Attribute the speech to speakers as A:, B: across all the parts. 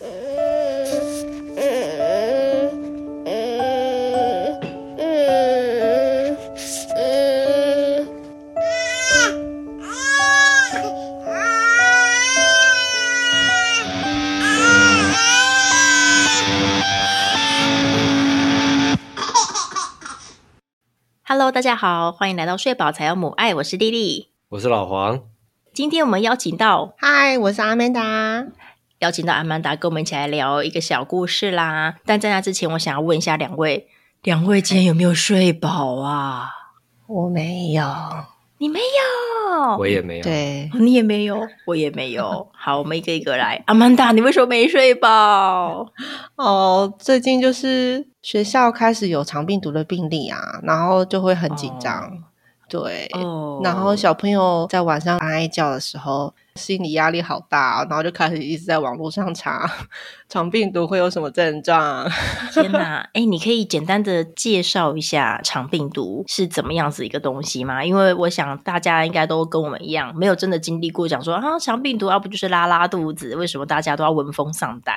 A: 嗯
B: 大家好，欢迎来到睡饱才有母爱，我是丽丽。
C: 我是老黄，
B: 今天我们邀请到
A: 嗨，我是阿曼达。
B: 邀请到阿曼达，跟我们一起来聊一个小故事啦。但在那之前，我想要问一下两位，两位今天有没有睡饱啊？
A: 我没有，
B: 你没有，
C: 我也没有。
A: 对，
B: 哦你也没有，我也没有。好，我们一个一个来。阿曼达，你为什么没睡 饱？
A: 哦，最近就是学校开始有肠病毒的病例啊，然后就会很紧张。对，
B: 哦
A: 哎然后小朋友在晚上哀叫的时候，心理压力好大、然后就开始一直在网络上查 肠病毒会有什么症状。
B: 天哪，哎，你可以简单的介绍一下肠病毒是怎么样子一个东西吗？因为我想大家应该都跟我们一样，没有真的经历过讲说啊，肠病毒要、不就是拉拉肚子，为什么大家都要闻风丧胆？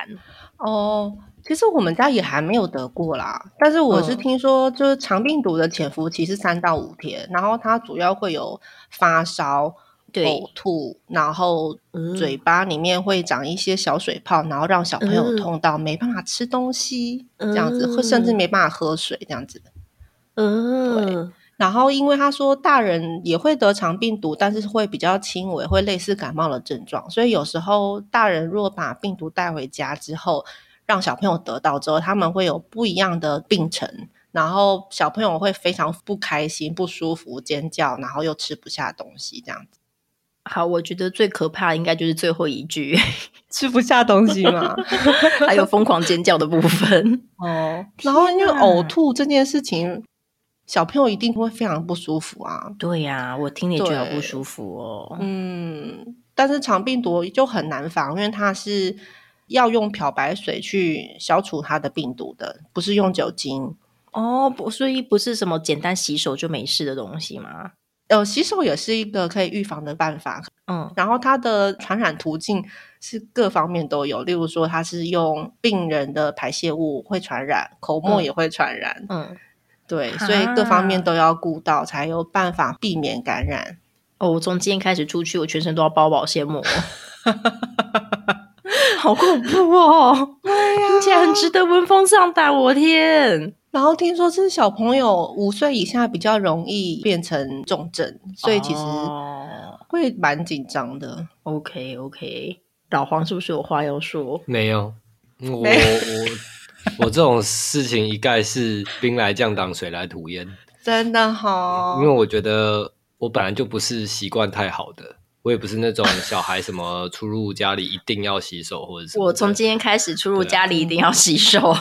A: 哦，其实我们家也还没有得过啦，但是我是
B: 嗯
A: 听说，就是肠病毒的潜伏期是三到五天，然后它主要会有发烧、
B: 对
A: 呕吐，然后
B: 嗯
A: 嘴巴里面会长一些小水泡，然后让小朋友
B: 嗯
A: 痛到没办法吃东西，这样子，或甚至
B: 嗯
A: 没办法喝水这样子。
B: 嗯，
A: 然后，因为他说大人也会得肠病毒，但是会比较轻微，会类似感冒的症状。所以有时候大人若把病毒带回家之后，让小朋友得到之后，他们会有不一样的病程，然后小朋友会非常不开心、不舒服、尖叫，然后又吃不下东西，这样子。
B: 好，我觉得最可怕的应该就是最后一句，
A: 吃不下东西 嘛？
B: 还有疯狂尖叫的部分。
A: 哦，然后因为
B: 天哪
A: 呕吐这件事情，小朋友一定会非常不舒服啊。
B: 对呀、我听了也觉得好不
A: 对
B: 舒服哦。
A: 嗯，但是肠病毒就很难防，因为它是要用漂白水去消除它的病毒的，不是用酒精。
B: 哦，不，所以不是什么简单洗手就没事的东西吗？
A: 呃，洗手也是一个可以预防的办法，
B: 嗯，
A: 然后它的传染途径是各方面都有，例如说它是用病人的排泄物会传染，口沫
B: 嗯
A: 也会传染，
B: 嗯，
A: 对，所以各方面都要顾到，才有办法避免感染。
B: 哦，我从今天开始出去，我全身都要包保鲜膜， 好恐怖哦！听起来很值得闻风丧胆，我天！
A: 然后听说是小朋友五岁以下比较容易变成重症，所以其实
B: 哦
A: 会蛮紧张的。
B: OK OK，老黄是不是有话要说？
C: 没有，我我
A: 没
C: 我这种事情一概是兵来将挡，水来土掩。
A: 真的哈
C: 因为我觉得我本来就不是习惯太好的，我也不是那种小孩什么出入家里一定要洗手或者什么的。
B: 我从今天开始出入家里一定要洗手。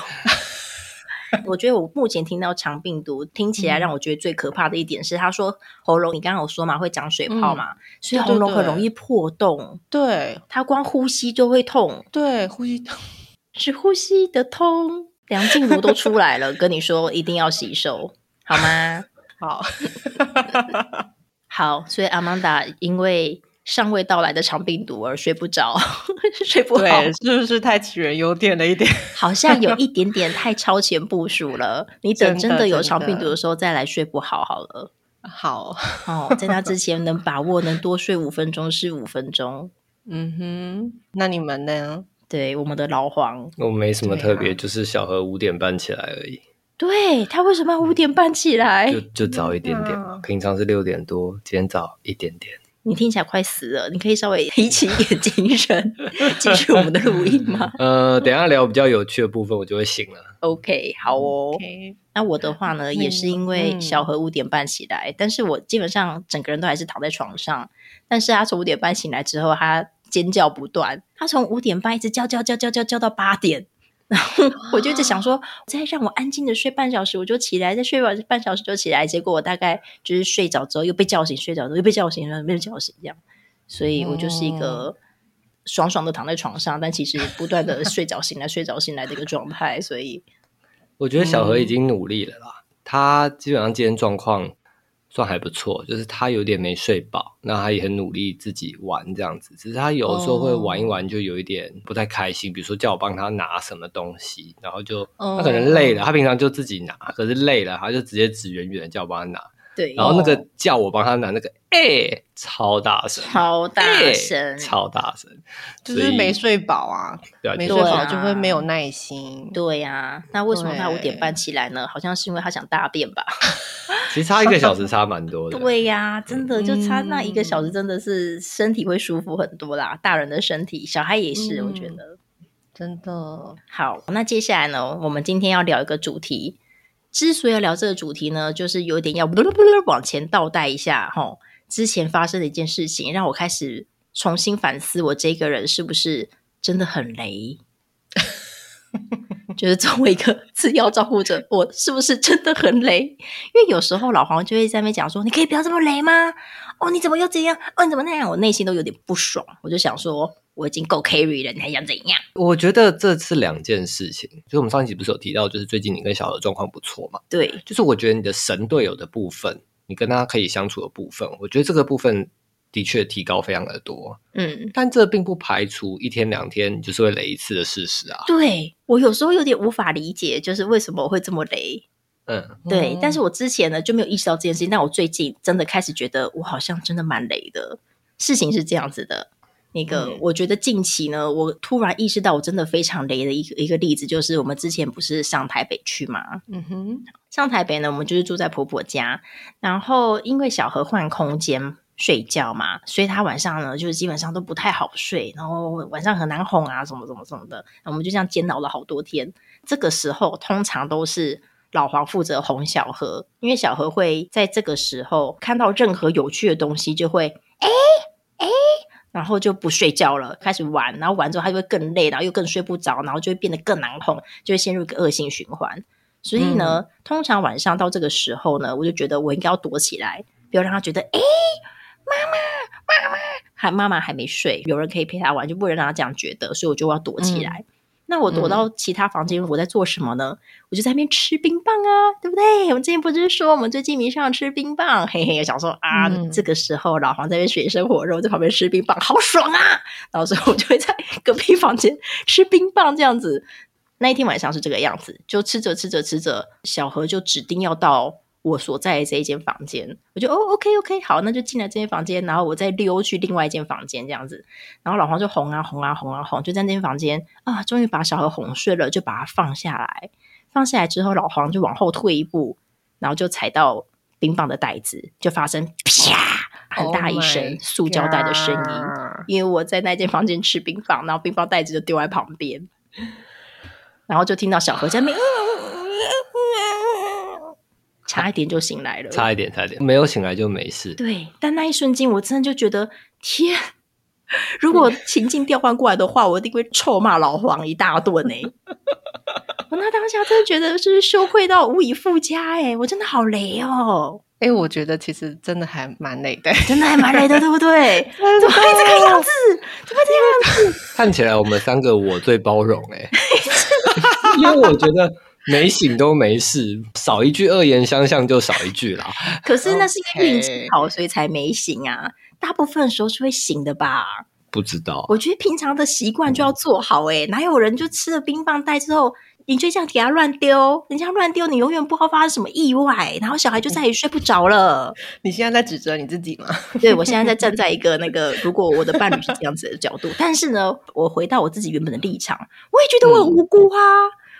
B: 我觉得我目前听到肠病毒听起来让我觉得最可怕的一点是，他说喉咙，你刚刚有说嘛，会长水泡嘛，所以喉咙
A: 对对
B: 很
A: 对
B: 容易破洞，
A: 对
B: 它光呼吸就会痛。
A: 对，呼吸道
B: 是呼吸的通。梁静茹都出来了，跟你说一定要洗手， 好吗？
A: 好，
B: 好，所以阿曼达因为尚未到来的肠病毒而睡不着， 睡不好，
A: 对，是不是太杞人忧天了 一点？
B: 好像有一点点太超前部署了。你等
A: 真
B: 真
A: 的
B: 的有
A: 真
B: 肠病
A: 的
B: 毒的时候再来睡不好好了。
A: 好，
B: 哦，在那之前能把握能多睡五分钟是五分钟。
A: 嗯哼，那你们呢？
B: 对，我们的老黄，
C: 我没什么特别，
A: 对啊
C: 就是小何五点半起来而已，
B: 对他为什么要五点半起
A: 哎
B: 来
C: 就？就早一点点嘛。
A: 嗯
C: 平常是六点多，今天早一点点。
B: 你听起来快死了，你可以稍微 提起一点精神，继续我们的录音吗？
C: 呃，等一下聊比较有趣的部分，我就会醒了。
B: OK，好哦。
A: OK，
B: 那我的话呢，
A: 嗯
B: 也是因为
A: 嗯
B: 小何五点半起来，但是我基本上整个人都还是躺在床上。但是他从五点半醒来之后，他尖叫不断，他从五点半一直叫叫叫叫叫叫到八点。然后我就一直想说，再让我安静的睡半小时，我就起来；再睡完半小时就起来。结果我大概就是睡着之后又被叫醒，睡着之后又被叫醒，然后被叫醒这样。所以我就是一个爽爽的躺在床上，但其实不断的睡着醒来、睡着醒来的一个状态。所以
C: 我觉得小
B: 嗯
C: 何已经努力了啦，他基本上今天状况算还不错，就是他有点没睡饱，那他也很努力自己玩这样子，只是他有的时候会玩一
B: 哦
C: 玩就有一点不太开心，比如说叫我帮他拿什么东西，然后就
A: 哦
C: 他可能累了，他平常就自己拿，可是累了他就直接指远远的叫我帮他拿，
B: 对，
C: 然后那个叫我帮他拿那个哎、超大声，
B: 超大
C: 哎
B: 声，
C: 超大声，
A: 就是
C: 所以
A: 没睡饱啊，
C: 对啊，
A: 没
C: 就
A: 睡
C: 是
B: 对啊
A: 饱就会没有耐心。
B: 对呀、那为什么他五
A: 对
B: 点半起来呢？好像是因为他想大便吧？
C: 其实差一个 小时差蛮多的。嗯
B: 对呀、真的就差那一个小时，真的是身体会舒服很多啦。大人的身体，小孩也是，我觉
A: 嗯
B: 得。
A: 真的，
B: 好，那接下来呢，我们今天要聊一个主题。之所以要聊这个主题呢，就是有点要往前倒带一下哈，吼之前发生的一件事情，让我开始重新反思我这个人是不是真的很雷。 就是作为一个次要照顾者，我是不是真的很雷？因为有时候老黄就会在那边讲说：“你可以不要这么雷吗？哦，你怎么又这样？哦，你怎么那样？”我内心都有点不爽，我就想说，我已经够 carry 了，你还想怎样？
C: 我觉得这是两件事情，就是我们上一集不是有提到，就是最近你跟小何状况不错嘛，
B: 对，
C: 就是我觉得你的神队友的部分，你跟他可以相处的部分，我觉得这个部分的确提高非常的多，
B: 嗯，
C: 但这并不排除一天两天你就是会雷一次的事实啊。
B: 对我有时候有点无法理解，就是为什么我会这么雷。
C: 嗯，
B: 对，但是
A: 我
B: 我之前呢就没有意识到这件事情，但我最近真的开始觉得我好像真的蛮雷的。事情是这样子的，那个、
C: 嗯
B: 我觉得近期呢，我突然意识到我真的非常雷的一个一个例子，就是我们之前不是上台北去嘛，
A: 嗯哼，
B: 上台北呢，我们就是住在婆婆家，然后因为小何换空间睡觉嘛，所以他晚上呢就是基本上都不太好睡，然后晚上很难哄啊，什么什么什么的，我们就这样煎熬了好多天。这个时候通常都是老黄负责哄小何，因为小何会在这个时候看到任何有趣的东西就会哎哎。然后就不睡觉了，开始玩，然后玩之后他就会更累，然后又更睡不着，然后就会变得更难哄，就会陷入一个恶性循环。所以呢，通常晚上到这个时候呢，我就觉得我应该要躲起来，不要让他觉得诶，妈妈妈妈还妈妈还没睡，有人可以陪他玩，就不能让他这样觉得，所以我就要躲起来。那我躲到其他房间，我在做什么呢？我就在那边吃冰棒啊，对不对？我们之前不是说我们最近迷上吃冰棒，嘿嘿，想说啊，
A: 嗯
B: 这个时候老黄在那边水深火热，我在旁边吃冰棒，好爽啊！然后所以我就会在 隔壁房间吃冰棒这样子。那一天晚上是这个样子，就吃着吃着吃着，小何就指定要到我所在的这一间房间，我就哦，OK OK，好，那就进来这间房间，然后我再溜去另外一间房间这样子。然后老黄就哄啊哄啊哄啊哄，就在那间房间啊，终于把小何哄睡了，就把他放下来。放下来之后，老黄就往后退一步，然后就踩到冰棒的袋子，就发生啪很大一
A: Oh my
B: 声塑胶袋的声音。因为我在那间房间吃冰棒，然后冰棒袋子就丢在旁边，然后就听到小何在那边， 差一点就醒来了。
C: 差一点，差一点，没有醒来就没事。
B: 对，但那一瞬间我真的就觉得，天！如果情境调换过来的话，我一定会臭骂老黄一大顿哎、我那当下真的觉得就是羞愧到无以复加哎、我真的好雷哦，
A: 哎、我觉得其实真的还蛮累的， 啊
B: 真的还蛮雷的，对不对？怎么会这个样子？怎么会这个样子？
C: 看起来我们三个我最包容哎、 因为我觉得没醒都没事，少一句恶言相向就少一句啦。
B: 可是那是因为运气
A: OK
B: 好，所以才没醒啊。大部分时候是会醒的吧？
C: 不知道，
B: 我觉得平常的习惯就要做好、欸，哪有人就吃了冰棒袋之后，你就这样给他乱丢，人家乱丢，你永远不知道发生什么意外，然后小孩就再也睡不着了。
A: 你现在在指责你自己吗？
B: 对我现在在站在一个那个，如果我的伴侣是这样子的角度，但是呢，我回到我自己原本的立场，我也觉得我很无辜啊。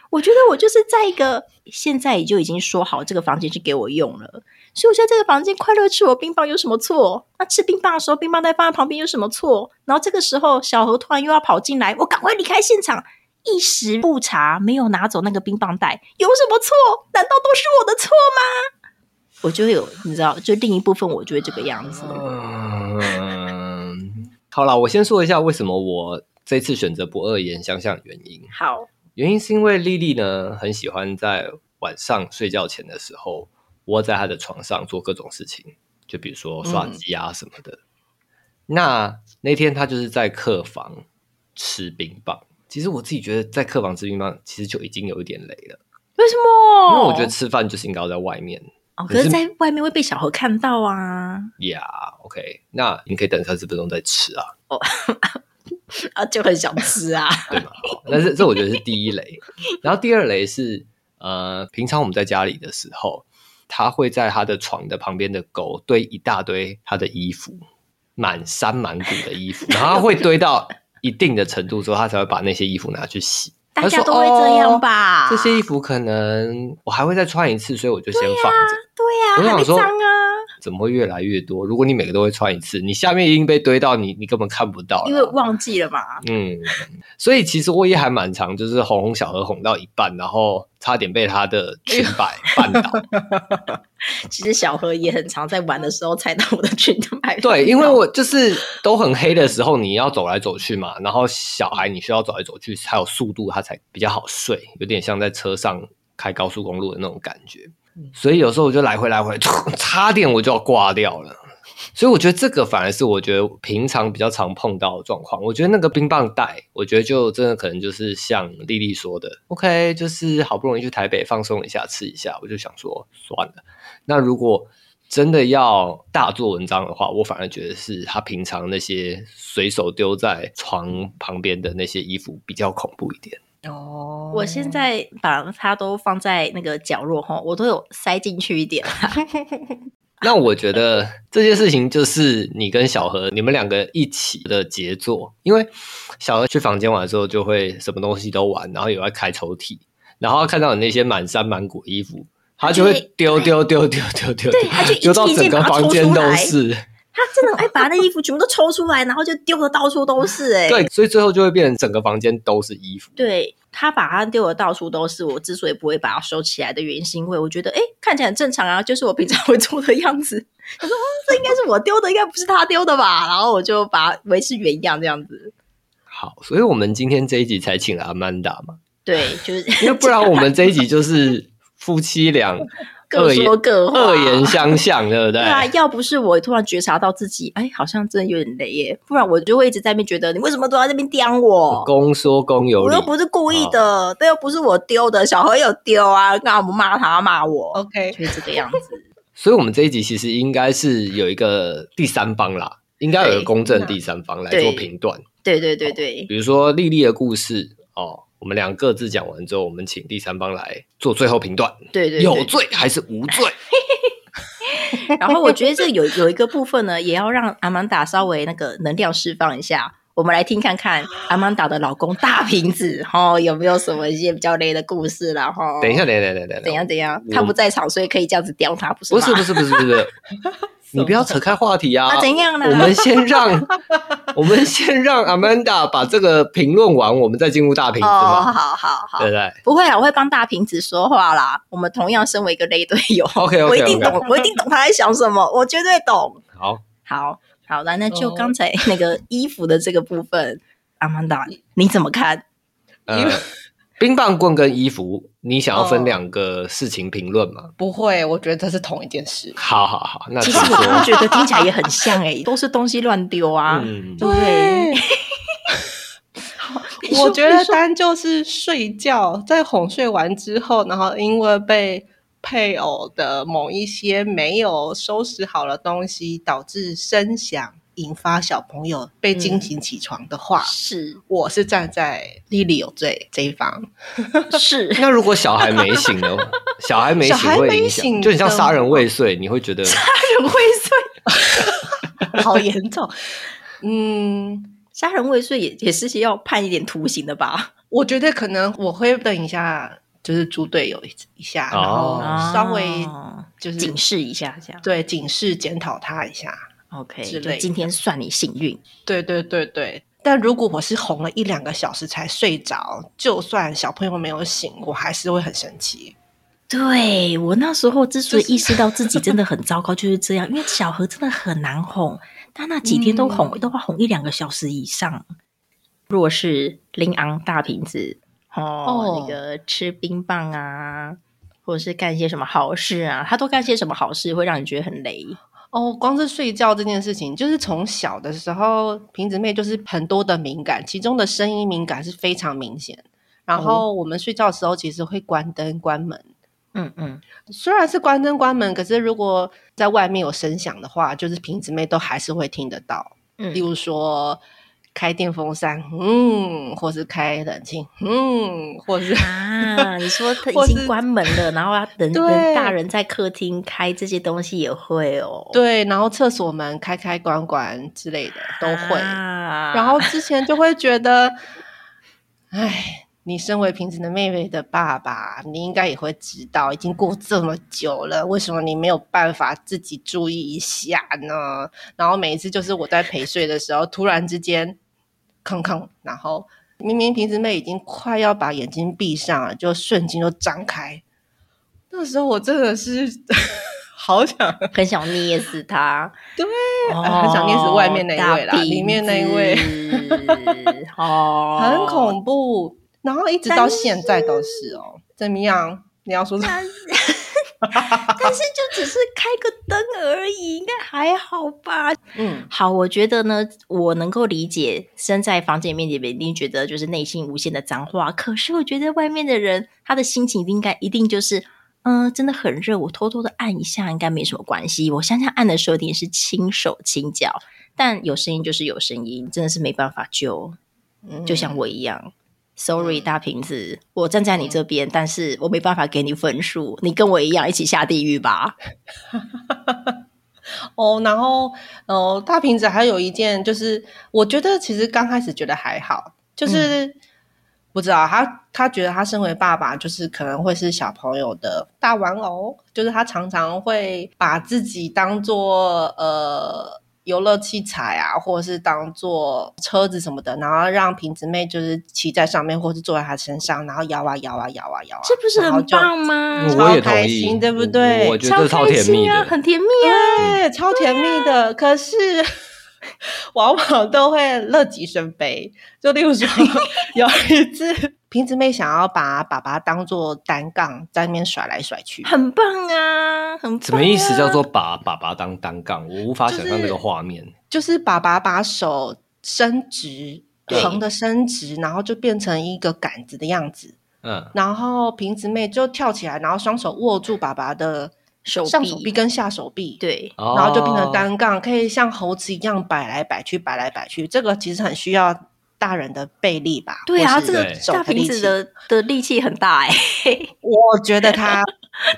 B: 我觉得我就是在一个现在就已经说好这个房间是给我用了，所以我在这个房间快乐吃我冰棒有什么错？那吃冰棒的时候，冰棒袋放在旁边有什么错？然后这个时候，小何突然又要跑进来，我赶快离开现场，一时不察，没有拿走那个冰棒袋，有什么错？难道都是我的错吗？ 我就会有，你知道，就另一部分我就会这个样子。
C: 嗯，好啦，我先说一下为什么我这次选择不恶言相向的原因。
B: 好，
C: 原因是因为丽丽呢很喜欢在晚上睡觉前的时候窝在她的床上做各种事情，就比如说刷机啊什么的。那那天她就是在客房吃冰棒。其实我自己觉得在客房吃冰棒，其实就已经有一点累了，
B: 为什么？
C: 因为我觉得吃饭就是应该要在外面。
B: 哦，
C: 可
B: 可是
C: 是
B: 在外面会被小何看到啊，
C: 呀、o k 那你可以等三十分钟再吃啊，
B: 啊，就很想吃啊。
C: 对吗？好但是这我觉得是第一雷，然后第二雷是呃，平常我们在家里的时候，他会在他的床的旁边的狗堆一大堆他的衣服，满山满谷的衣服，然后他会堆到一定的程度之后，他才会把那些衣服拿去洗。哦
B: 大家都会这样吧？
C: 这些衣服可能我还会再穿一次，所以我就先放着。
B: 对
C: 我
B: 呀、还
C: 想
B: 没
C: 说
B: 脏啊，
C: 怎么会越来越多？如果你每个都会穿一次，你下面一定被堆到你，你根本看不到啦。
B: 因为忘记了嘛。
C: 嗯，所以其实我也还蛮常，就是哄小何哄到一半，然后差点被他的裙摆绊倒。
B: 其实小何也很常在玩的时候踩到我的裙子买。
C: 对，因为我就是都很黑的时候，你要走来走去嘛，然后小孩你需要走来走去，才有速度，他才比较好睡，有点像在车上开高速公路的那种感觉。所以有时候我就来回来回， 差点我就要挂掉了。所以我觉得这个反而是我觉得平常比较常碰到的状况。我觉得那个冰棒带，我觉得就真的可能就是像丽丽说的，OK，就是好不容易去台北放松一下，吃一下，我就想说算了。那如果真的要大做文章的话，我反而觉得是他平常那些随手丢在床旁边的那些衣服比较恐怖一点。
A: 哦
B: 我现在把它都放在那个角落哈，我都有塞进去一点。
C: 那我觉得这件事情就是你跟小何你们两个一起的杰作，因为小何去房间玩的时候就会什么东西都玩，然后也会开抽屉，然后看到你那些满山满谷的衣服，他就
B: 他就
C: 会
B: 会
C: 丢丢丢丢丢丢，
B: 对他就一
C: 丢到
B: 件一
C: 整
B: 件
C: 个
B: 把它
C: 房
B: 抽
C: 间
B: 出
C: 都
B: 来
C: 是。
B: 他真的很爱把那衣服全部都抽出来，然后就丢的到处都是、欸。哎，
C: 对，所以最后就会变成整个房间都是衣服。
B: 对他把它丢的到处都是，我之所以不会把它收起来的原因，是因为我觉得，哎，看起来很正常啊，就是我平常会做的样子。 他说，哦，这应该是我丢的，应该不是他丢的吧？然后我就把它维持原样这样子。
C: 好，所以我们今天这一集才请了阿曼达嘛，
B: 对，就是
C: 因为不然我们这一集就是夫妻俩
B: 各说各话
C: 恶言相向，对不对？
B: 对啊，要不是我突然觉察到自己，哎，好像真的有点累耶，不然我就会一直在那边觉得，你为什么都在那边刁我？
C: 公说公有
B: 我
C: 理
B: 又，不是故意的，这又不是我丢的，小何有丢啊，干嘛不骂他骂我？
A: 哦 OK，
B: 就是这个样子。
C: 所以我们这一集其实应该是有一个第三方啦，应该有一个
B: 对
C: 公正第三方来
B: 对
C: 做评断。
B: 对对对对，
C: 比如说丽丽的故事哦，我们俩各自讲完之后，我们请第三方来做最后评断，
B: 对哦对对
C: 有罪还是无罪？
B: 然后我觉得这有有一个部分呢，也要让阿曼达稍微那个能量释放一下。我们来听看 看阿曼达的老公大瓶子，哦，有没有什么一些比较累的故事啦？哈，
C: 等一下，，等一下，等一下，等一下，
B: 怎样怎样
C: 我，
B: 他不在场，所以可以这样子刁他，不是
C: 不
B: 吗？
C: 是不是不是不 是，你不要扯开话题啊！
B: 啊，怎样呢？
C: 我们先让 我们先让 Amanda 把这个评论完，我们再进入大瓶子
B: 哦，
C: 嘛，
B: 好好好
C: 对，不对？
B: 不会啊，我会帮大瓶子说话啦。我们同样身为一个雷队 友
C: OK，OK，OK
B: 我一定懂，我一定懂他在想什么，我绝对懂。
C: 好，
B: 好好了，那就
A: 哦
B: 刚才那个衣服的这个部分，阿曼达你怎么看？
C: 呃
A: 因为，
C: 冰棒棍跟衣服，你想要分
A: 哦
C: 两个事情评论吗？
A: 不会，我觉得这是同一件事。
C: 好好好，那
B: 其
C: 请
B: 实我刚刚
C: 说。
B: 觉得听起来也很像 哎、都是东西乱丢啊。
C: 嗯，
B: 对对， 你说
A: 我觉得
B: 你说
A: 单就是睡觉，在哄睡完之后，然后因为被配偶的某一些没有收拾好的东西，导致声响，引发小朋友被惊醒起床的话，
B: 是
A: 我是站在莉莉有罪这 一方。
B: 是，
C: 那如果小孩没醒呢？小孩没醒
A: 小孩
C: 会
A: 没
C: 影响
A: 醒，
C: 就你像
A: 的
C: 杀人未遂，你会觉得
B: 人未遂，
A: 好严重。嗯，
B: 杀人未遂也也是要判一点徒刑的吧？
A: 我觉得可能我会等一下，就是猪队友一一下，
C: 哦
A: 然后稍微
B: 哦
A: 就是
B: 警示一下，这样
A: 对警示检讨他一下。
B: OK，
A: 之
B: 就
A: 类
B: 今天算你幸运。
A: 对对对对。但如果我是哄了一两个小时才睡着，就算小朋友没有醒，我还是会很生气。
B: 对我那时候之所以
A: 就是
B: 意识到自己真的很糟糕，就是这样，因为小何真的很难哄，他那几天都哄，
A: 嗯
B: 都要哄一两个小时以上。若是林昂大瓶子哦，
A: 哦
B: 那个吃冰棒啊，或者是干一些什么好事啊，他都干些什么好事会让你觉得很累？
A: 哦，光是睡觉这件事情，就是从小的时候，瓶子妹就是很多的敏感，其中的声音敏感是非常明显。然后我们睡觉的时候，其实会关灯、关门。
B: 嗯 嗯，
A: 虽然是关灯、关门，可是如果在外面有声响的话，就是瓶子妹都还是会听得到。
B: 嗯
A: 例如说开电风扇，嗯，或是开冷气，嗯，或是
B: 啊，你说他
A: 或
B: 已经
A: 是
B: 关门了，然后他人
A: 对
B: 人大人在客厅开这些东西也会哦，
A: 对，然后厕所门开开关关之类的都会。
B: 啊
A: 然后之前就会觉得，哎，你身为平子的妹妹的爸爸，你应该也会知道，已经过这么久了，为什么你没有办法自己注意一下呢？然后每一次就是我在陪睡的时候，突然之间，吭吭，然后明明平子妹已经快要把眼睛闭上了，就瞬间就张开。那时候我真的是 好想，
B: 很想捏死他，哦
A: 对，呃很想念死外面那一位啦，
B: 大鼻
A: 里面那一位。
B: 子 哦，
A: 很恐怖。然后一直到现在都是哦，怎么样？你要说什么？
B: 但是就只是开个灯而已，应该还好吧？
A: 嗯，
B: 好，我觉得呢，我能够理解身在房间里面，你们一定觉得就是内心无限的脏话。可是我觉得外面的人，他的心情应该一定就是，嗯、真的很热，我偷偷的按一下应该没什么关系。我想想按的时候，一定是轻手轻脚，但有声音就是有声音，真的是没办法救，
A: 嗯
B: 就像我一样。Sorry，大瓶子，我站在你这边，但是我没办法给你分数。你跟我一样，一起下地狱吧。
A: 哦，然后呃，大瓶子还有一件，就是我觉得其实刚开始觉得还好，
B: 嗯
A: 就是、不知道他他觉得他身为爸爸，就是可能会是小朋友的大玩偶，就是他常常会把自己当做呃。游乐器材啊，或者是当做车子什么的，然后让瓶子妹就是骑在上面，或是坐在他身上，然后摇啊摇啊摇啊摇啊，
B: 这不是
A: 然后
B: 很
A: 就
B: 棒吗？
A: 嗯
C: 我也
A: 超开
C: 同意，
A: 心对不
C: 我
A: 对
C: 我觉得超甜蜜
B: 啊，
C: 的，
B: 很甜蜜啊。
A: 对，超甜蜜的。可是往往都会乐极生悲。就例 如说，有一次瓶子妹想要把爸爸当做单杠，在那边甩来甩去。
B: 很棒啊，很棒、啊。
C: 什么意思？叫做把把爸当单杠？我无法
A: 就
C: 想象那
A: 是
C: 个画面。
A: 就是爸爸把手伸直，
C: 对
A: 横的伸直，然后就变成一个杆子的样子。
C: 嗯，
A: 然后瓶子妹就跳起来，然后双手握住爸爸的
B: 手
A: 上
B: 臂
A: 手臂跟下手臂，
B: 对？
C: 然
A: 然后就变
C: 哦
A: 成单杠，可以像猴子一样摆来摆去，摆来摆去。这个其实很需要大人的臂力吧？
B: 对啊，
A: 或是
B: 这个
C: 对
A: 手
B: 大
A: 的力
B: 瓶子，
A: 气
B: 的的力气很大哎、
A: 我觉得他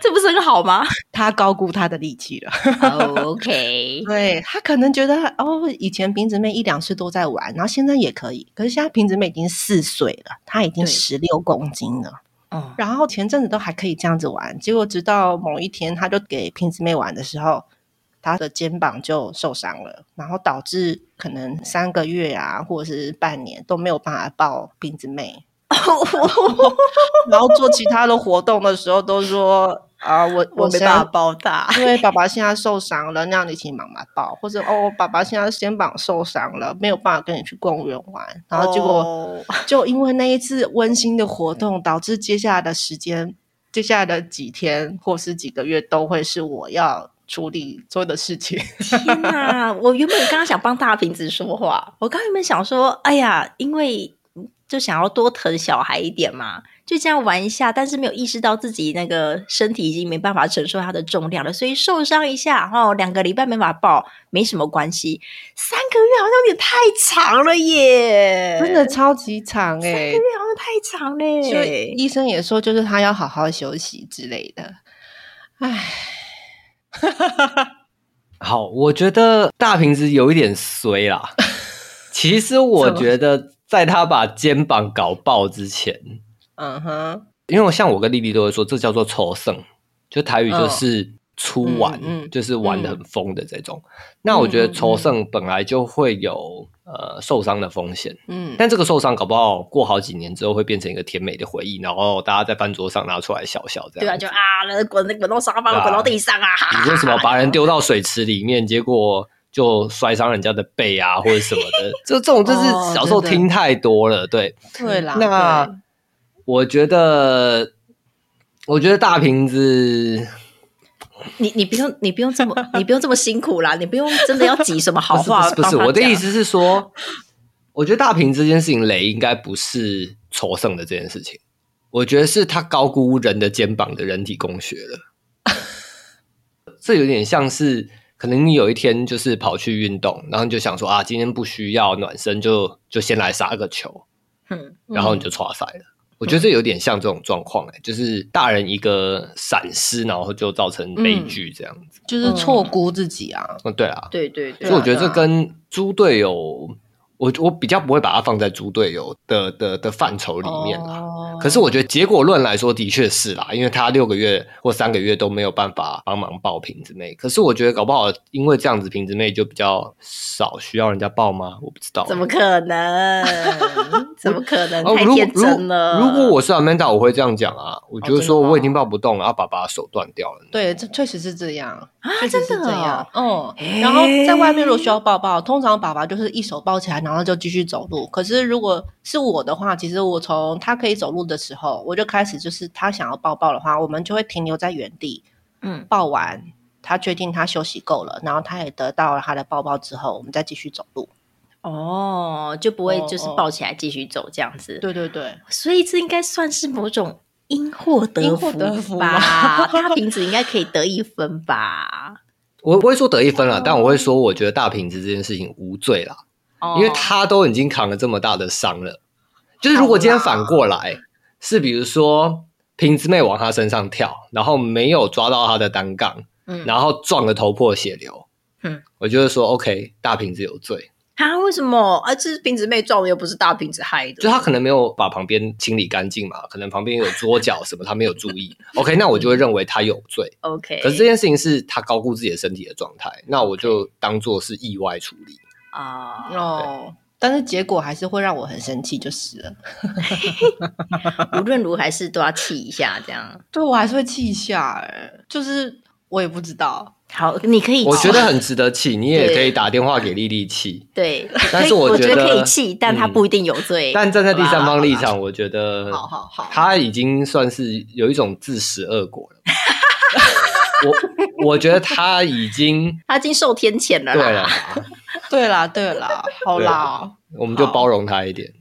B: 这不是很好吗
A: 他高估他的力气了。
B: 哦？OK，
A: 对他可能觉得哦，以前瓶子妹一两岁都在玩，然后现在也可以，可是现在瓶子妹已经四岁了，她已经
B: 对
A: 十六公斤了。
B: 嗯，
A: 然后前阵子都还可以这样子玩，结果直到某一天，他就给瓶子妹玩的时候，他的肩膀就受伤了，然后导致可能三个月啊，或者是半年都没有办法抱瓶子妹，然后做其他的活动的时候都说啊，我
B: 我没办
A: 现在
B: 法报答。
A: 因为爸爸现在受伤了，那你请妈妈抱，或者哦，爸爸现在肩膀受伤了，没有办法跟你去公园玩。然后结果、
B: 哦
A: 就因为那一次温馨的活动，导致接下来的时间、接下来的几天或是几个月都会是我要处理所有的事情。
B: 天哪！我原本刚刚想帮大瓶子说话，我刚原本想说，哎呀，因为就想要多疼小孩一点嘛，就这样玩一下，但是没有意识到自己那个身体已经没办法承受它的重量了，所以受伤一下，哦，两个礼拜没法抱，没什么关系。三个月好像有点太长了耶，
A: 真的超级长
B: 三个
A: 哎、
B: 月好像太长
A: 所
B: 嘞
A: 以。医生也说，就是他要好好休息之类的。唉，
C: 好，我觉得大瓶子有一点衰 啦。其实我
A: 怎么
C: 觉得，在他把肩膀搞爆之前，
A: 嗯哼，
C: 因为像我跟丽丽都会说，这叫做抽剩，就台语就是出玩，
A: 嗯嗯
C: 就是玩的很疯的这种。那我觉得抽剩本来就会有呃受伤的风险，
A: 嗯，
C: 但这个受伤搞不好过好几年之后会变成一个甜美的回忆，然后大家在饭桌上拿出来笑笑这
B: 对啊，
C: 样。
B: 就啊，滚滚到沙发
C: 对啊
B: 了，滚到地上啊！哈哈哈
C: 你为什么把人丢到水池里面，结果就摔伤人家的背啊，或者什么的？这这种 就是
A: 哦
C: 小时候
A: 真的
C: 听太多了，对。
A: 对啦，对
C: 那我觉得，我觉得大瓶子
B: 你你不用你不用这么你不用这么辛苦啦，你不用真的要挤什么好
C: 不是不
B: 话
C: 是不是
B: 帮他
C: 我的
B: 讲
C: 意，思是说，我觉得大瓶这件事情雷应该不是仇胜的这件事情，我觉得是他高估人的肩膀的人体工学了。这有点像是，可能你有一天就是跑去运动，然后你就想说啊，今天不需要暖身就，就先来杀个球，
B: 嗯，
C: 然后你就挫赛了。我觉得这有点像这种状况、欸，就是大人一个闪失，然后就造成
B: 嗯
C: 悲剧这样子。
A: 就是错估自己啊。
C: 嗯，对啊，
B: 对对对
C: 所以我觉得
A: 对
C: 这
A: 啊
C: 跟猪队友我我比较不会把它放在猪队友的的的范畴里面啦。
A: 哦
C: 可是我觉得结果论来说，的确是啦，因为他六个月或三个月都没有办法帮忙抱瓶子妹。可是我觉得搞不好因为这样子，瓶子妹就比较少需要人家抱吗？我不知道。
B: 怎么可能？怎么可能？
C: 哦，
B: 太
C: 如果
B: 天
C: 如
B: 真了。哦
C: 如果我是 Amanda，我会这样讲啊，我就
A: 真
C: 是
A: 的
C: 说
A: 吗
C: 我已经抱不动了，啊，爸爸手断掉了。
A: 对，这确实是这样，
B: 啊
A: 确实是
B: 真的
A: 这样。嗯，
B: 诶
A: 然后在外面如果需要抱抱，通常爸爸就是一手抱起来，然后就继续走路。可是如果是我的话，其实我从他可以走路的时候，我就开始就是他想要抱抱的话，我们就会停留在原地，
B: 嗯，
A: 抱完他确定他休息够了，然后他也得到了他的抱抱之后，我们再继续走路。
B: 哦，就不会就是
A: 哦哦
B: 抱起来继续走这样子。
A: 对对对，
B: 所以这应该算是某种因祸得
A: 因
B: 福
A: 祸得福
B: 吧？
A: 吗
B: 大瓶子应该可以得一分吧？
C: 我不会说得一分啦，但我会说，我觉得大瓶子这件事情无罪啦，
B: 哦
C: 因为他都已经扛了这么大的伤了。就是如果今天反过来，是比如说瓶子妹往他身上跳，然后没有抓到他的单杠，
B: 嗯
C: 然后撞得头破血流，
B: 嗯，
C: 我就会说 OK，大瓶子有罪，
B: 啊，为什么？啊，这是瓶子妹撞的，又不是大瓶子害的。
C: 就他可能没有把旁边清理干净嘛，可能旁边有桌角什么，他没有注 意，OK，那我就会认为他有罪。
B: OK，
C: 可是这件事情是他高估自己的身体的状态，那我就当做是意外处理。
B: 啊，
A: 哦，但是结果还是会让我很生气，就是了。
B: 无论如何还是都要气一下，这样
A: 对我还是会气一下、欸，就是我也不知道。
B: 好，你可以气，
C: 我觉得很值得气，你也
B: 对
C: 可以打电话给丽丽气。
B: 对，
C: 但
B: 可
C: 是
B: 以我
C: 我觉
B: 得
C: 得嗯
B: 可以气，但他不一定有罪。
C: 但站在第三
B: 好
C: 方
B: 啦
C: 立场，我觉得
A: 好好嗯好
C: 他已经算是有一种自食恶果了。我我觉得他已经
B: 他已经受天谴了
C: 对啊了
B: 啦。
C: 啦，
A: 对啦，对啦，哦好啦，
C: 我们就包容他一点。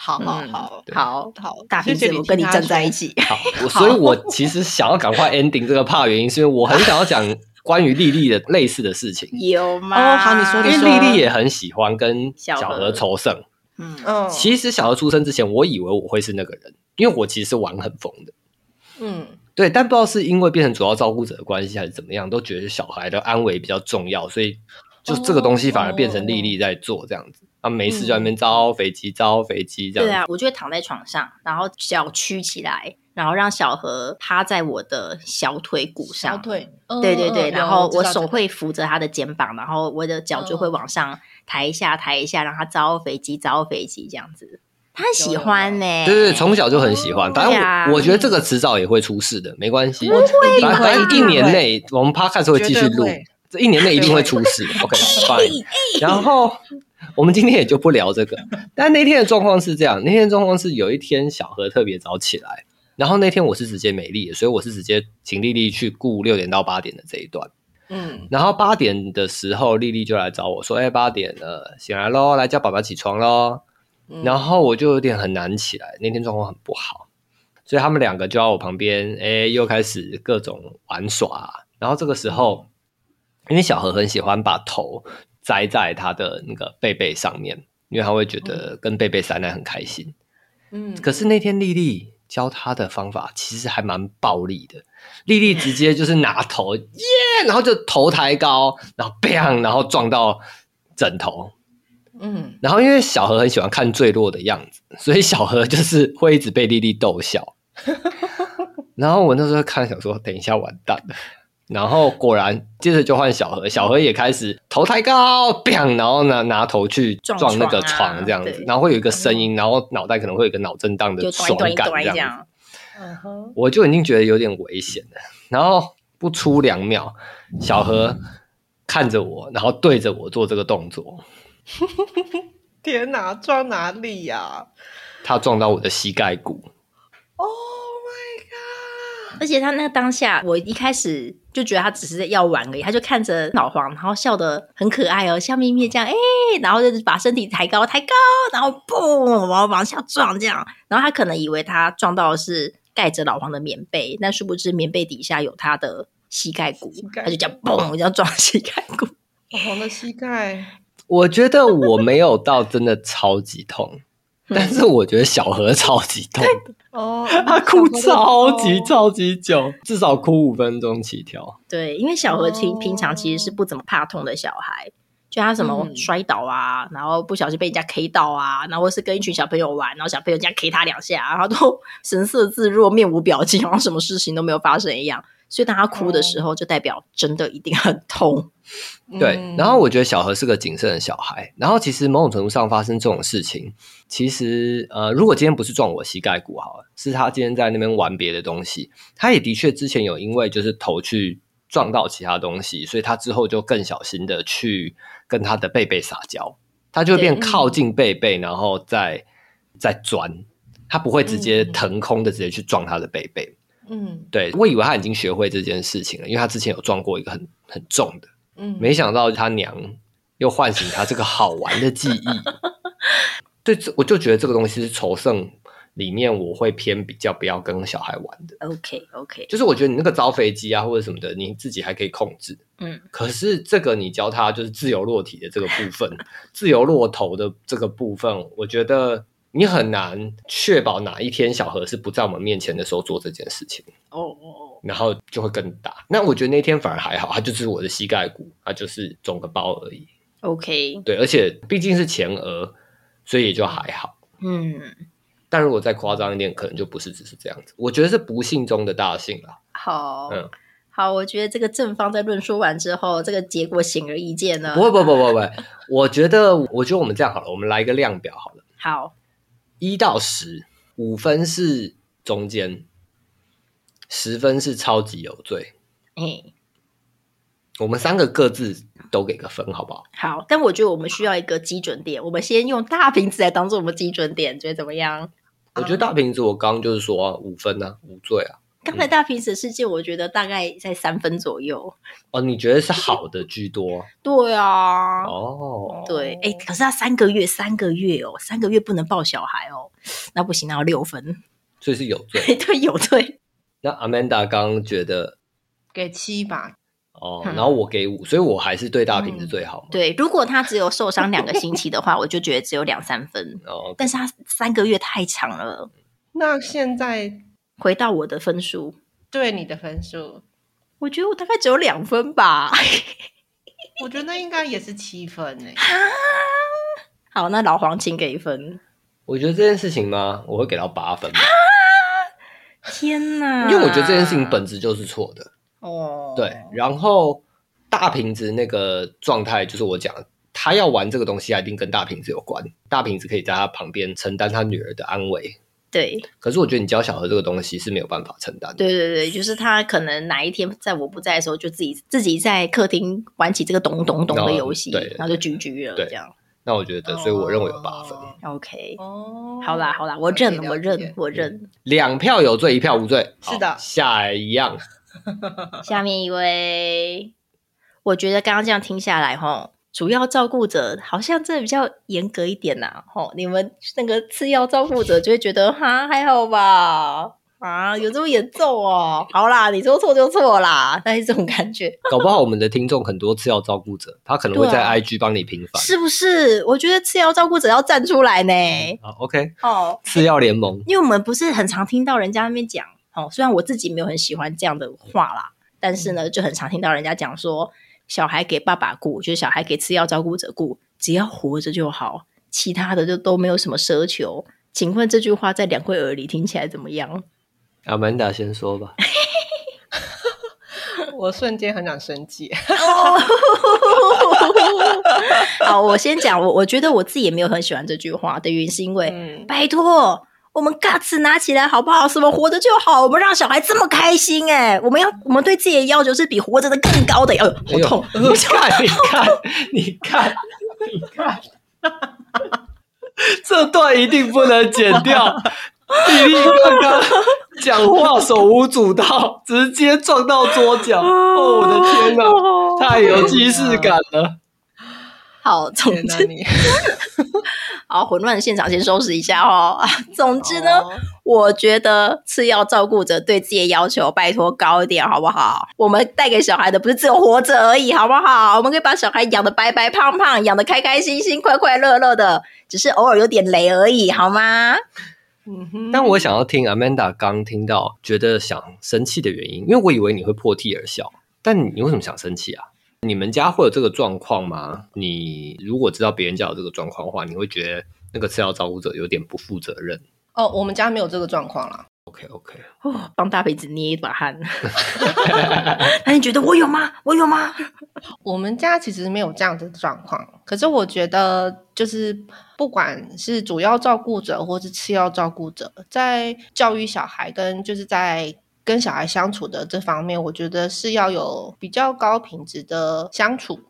A: 好好
B: 嗯
A: 好
C: 啊
B: 好，
A: 好，
B: 大
A: 谢
B: 瓶
A: 谢
B: 子，我跟你
A: 听他
B: 站在
A: 说
B: 一。起。
C: 好，我所以，我其实想要赶快 ending 这个怕的原因，是因为我很想要讲关于丽丽的类似的事情，
B: 有吗？
A: 哦好你说
C: 因
A: 你
C: 为
A: 说
C: 丽丽也很喜欢跟
B: 小
C: 小
B: 何
C: 何仇胜。
B: 嗯
A: 嗯，
C: 其实小何出生之前，我以为我会是那个人，因为我其实玩很疯的。
A: 嗯，
C: 对，但不知道是因为变成主要照顾者的关系，还是怎么样，都觉得小孩的安危比较重要，所以就这个东西反而变成丽丽在做这样子。啊，没事就在那边招飞机，招飞机这样
B: 对
C: 子。
B: 啊，我就会躺在床上，然后脚屈起来，然后让小何趴在我的小腿骨上。
A: 小腿，嗯
B: 对对对，
A: 嗯嗯
B: 然后
A: 有
B: 我
A: 知道
B: 手
A: 这个
B: 会扶着他的肩膀，然后我的脚就会
A: 嗯
B: 往上抬一下，抬一下，让他招飞机，招飞机这样子。他很喜
A: 有有
B: 欢呢、
C: 对对，对从小就很喜欢。
A: 哦
C: 反正我,、
B: 对啊
C: 我觉得这个迟早也会出事的，没关系。
A: 一定
C: 反
A: 会，
C: 反正一年
A: 定会，
C: 内我们 podcast 会继续
A: 绝对
C: 录
A: 会，
C: 这一年内一定会出事。OK，fine。然后我们今天也就不聊这个。 但那天的状况是这样，那天的状况是有一天小何特别早起来，然后那天我是直接没力，所以我是直接请丽丽去顾六点到八点的这一段。
A: 嗯
C: 然后八点的时候，丽丽就来找我说：“哎、八点了，醒来喽，来叫爸爸起床喽。”
A: 嗯
C: 然后我就有点很难起来，那天状况很不好，所以他们两个就在我旁边，哎，又开始各种玩耍啊、然后这个时候，
A: 嗯
C: 因为小何很喜欢把头栽在他的那个贝贝上面，因为他会觉得跟贝贝塞奶很开心。
A: 嗯，
C: 可是那天丽丽教他的方法其实还蛮暴力的，丽丽直接就是拿头耶，然后就头抬高，然后 bang，然后撞到枕头，
A: 嗯
C: 然后因为小何很喜欢看坠落的样子， 所以小何就是会一直被莉莉逗 笑。然后我那时候看想说，等一下完蛋了。然后果然，接着就换小何，小何也开始头抬高，bang，然后呢拿头去
B: 撞
C: 撞那个
B: 床啊
C: 床，这样子
B: 对，嗯
C: 然后会有一个声音，然后脑袋可能会有一个脑震荡的
B: 就
C: 爽
B: 端一
C: 感
B: 端一
C: 这
B: 端
C: 样子。
B: 样。
A: 嗯哼，
C: 我就已经觉得有点危险了。然后不出两秒，小何看着我，然后对着我做这个动作，
A: 天哪，撞哪里呀
C: 他撞到我的膝盖骨。
A: ？Oh my
B: 而且他那当下，我一开始就觉得他只是要玩而已，他就看着老黄，然后笑得很可爱哦，笑眯眯这样，哎、然后就是把身体抬高，抬高，然后嘣，然后往下撞这样，然后他可能以为他撞到的是盖着老黄的棉被，但殊不知棉被底下有他的膝盖骨，
A: 盖
B: 他就这样嘣，这样撞 膝盖骨，
A: god，我的 膝盖，
C: 我觉得我没有到真的超级痛，但是我觉得小何超级痛，
A: 哦，
C: 他哭超级
A: 哦
C: 超级久，至少哭五分钟起跳。
B: 对，因为小何平
A: 哦
B: 平常其实是不怎么怕痛的小孩，就他什么
A: 嗯
B: 摔倒啊，然后不小心被人家 K 到啊，然后或是跟一群小朋友玩，然后小朋友这样 K 他两下，啊然后他都 神色自若、面无表情，然后什么事情都没有发生一样。所以当他哭的时候，就代表真的一定很 痛。
A: 哦嗯
C: 对，然后我觉得小何是个谨慎的小孩。然后其实某种程度上发生这种事情，其实呃，如果今天不是撞我膝盖骨好了，是他今天在那边玩别的东西，他也的确之前有因为就是头去撞到其他东西，所以他之后就更小心的去跟他的贝贝撒娇，他就会变
B: 对嗯
C: 靠近贝贝，然后再再钻，他不会直接
A: 嗯
C: 腾空的直接去撞他的贝贝。
A: 嗯
C: 对我以为他已经学会这件事情了，因为他之前有撞过一个很很重的。
A: 嗯，
C: 没想到他娘又唤醒他这个好玩的记忆。对，这我就觉得这个东西是仇胜里面我会偏比较不要跟小孩玩的，
B: OK OK，
C: 就是我觉得你那个招飞机啊或者什么的，你自己还可以控制。
B: 嗯，
C: 可是这个你教他就是自由落体的这个部分，自由落头的这个部分，我觉得你很难确保哪一天小何是不在我们面前的时候做这件事情。
B: 哦哦哦，
C: 然后就会更大。那我觉得那天反而还好，它就是我的膝盖骨，它就是肿个包而已。
B: ，OK，
C: 对，而且毕竟是前额，所以也就还好。
B: 嗯，
C: 但如果再夸张一点，可能就不是只是这样子。我觉得是不幸中的大幸啦。
B: 好，
C: 嗯
B: 好，我觉得这个正方在论述完之后，这个结果显而易见了
C: 不。会，不会不会不会，我觉得，我觉得我们这样好了，我们来一个量表好了，
B: 好，
C: 一到十，五分是中间，十分是超级有罪。
B: 哎，
C: 我们三个各自都给个分，好不好？
B: 好，但我觉得我们需要一个基准点，我们先用大瓶子来当做我们基准点，觉得怎么样？
C: 我觉得大瓶子，我刚刚就是说啊五分啊，无罪啊。
B: 刚才大瓶子事件，我觉得大概在三分左右。
C: 哦，你觉得是好的 居多
B: 对啊，
C: 哦？
B: 对，哎、可是他三个月，三个月哦，三个月不能抱小孩哦，那不行，那要六分。
C: 所以是有罪。
B: 对，有对，
C: 那 Amanda 刚刚觉得
A: 给七吧，
C: 哦，
B: 嗯
C: 然后我给五，所以我还是对大瓶子最好嘛。
B: 对，如果他只有受伤两个星期的话，我就觉得只有两三分。
C: 哦，
B: 但是他三个月太长了，
A: 那现在
B: 回到我的分数，
A: 对你的分数，
B: 我觉得我大概只有两分吧。
A: 我觉得应该也是七分诶、
B: 好，那老黄请给一分。
C: 我觉得这件事情嘛，我会给到八分，
B: 天哪！
C: 因为我觉得这件事情本质就是错的。
B: 哦，
C: 对，然后大瓶子那个状态就是我讲的，他要玩这个东西，啊他一定跟大瓶子有关。大瓶子可以在他旁边承担他女儿的安危，
B: 对
C: 可是我觉得你教小何这个东西是没有办法承担的。
B: 对对对，就是他可能哪一天在我不在的时候，就自己自己在客厅玩起这个咚咚咚的游戏，
C: 哦对对对
B: 然后就 GG 了，
C: 对
B: 这样。
C: 那我觉得，所以我认为有八分。
B: OK，、
A: 嗯哦，
B: 好啦好啦，我认
A: 了
B: 了
A: 解
B: 我
A: 了解
B: 认我认。
C: 两票有罪，一票无罪。好
A: 是的
C: 下来一样。嗯
B: 下面一位，我觉得刚刚这样听下来，吼，主要照顾者好像这比较严格一点呐、吼，你们那个次要照顾者就会觉得哈还好吧。啊，有这么严重哦？好啦，你说错就错啦，但是这种感觉，
C: 搞不好我们的听众很多次要照顾者，他可能会
B: 对
C: 在
B: 啊
C: IG 帮你平反。
B: 是不是？我觉得次要照顾者要站出来呢。
C: 啊，OK，
B: 哦，
C: 次要联盟
B: 因为我们不是很常听到人家那边讲，哦，虽然我自己没有很喜欢这样的话啦，但是呢，就很常听到人家讲说，小孩给爸爸顾，就是小孩给次要照顾者顾，只要活着就好，其他的就都没有什么奢求。请问这句话在两会耳里听起来怎么样？
C: 阿曼达先说吧。
A: 我瞬间很想生气，
B: 哦 好，我先讲，我我觉得我自己也没有很喜欢这句话的原因是因为，
A: 嗯，
B: 拜托，我们 guts 拿起来好不好？什么活着就好，我们让小孩这么开心哎、我们要我们对自己的要求是比活着的更高的，哎呦，好痛！
C: 哎呦！你看，你看，你看，你看，这段一定不能剪掉。比利刚刚讲话手舞足蹈，直接撞到桌角。哦，我的天哪，太有既视感了。
B: 好，总
A: 天哪
B: 之，
A: 你
B: 好混乱的现场先收拾一下哦。啊总之呢，
A: 哦
B: 我觉得次要照顾者对自己的要求，拜托高一点好不好？我们带给小孩的不是只有活着而已，好不好？我们可以把小孩养的白白胖胖，养的开开心心、快快乐乐的，只是偶尔有点雷而已，好吗？
A: 嗯哼，
C: 但我想要听 Amanda 刚听到觉得想生气的原因，因为我以为你会破涕而笑，但你为什么想生气啊？你们家会有这个状况吗？你如果知道别人家有这个状况的话，你会觉得那个次要照顾者有点不负责任
A: 哦，我们家没有这个状况啦。
C: ？OK OK，
B: 哦， 帮大鼻子捏一把汗。 那你觉得我有吗？我有吗？
A: 我们家其实没有这样的状况，可是我觉得就是不管是主要照顾者或是次要照顾者，在教育小孩跟就是在跟小孩相处的这方面，我觉得是要有比较高品质的相处。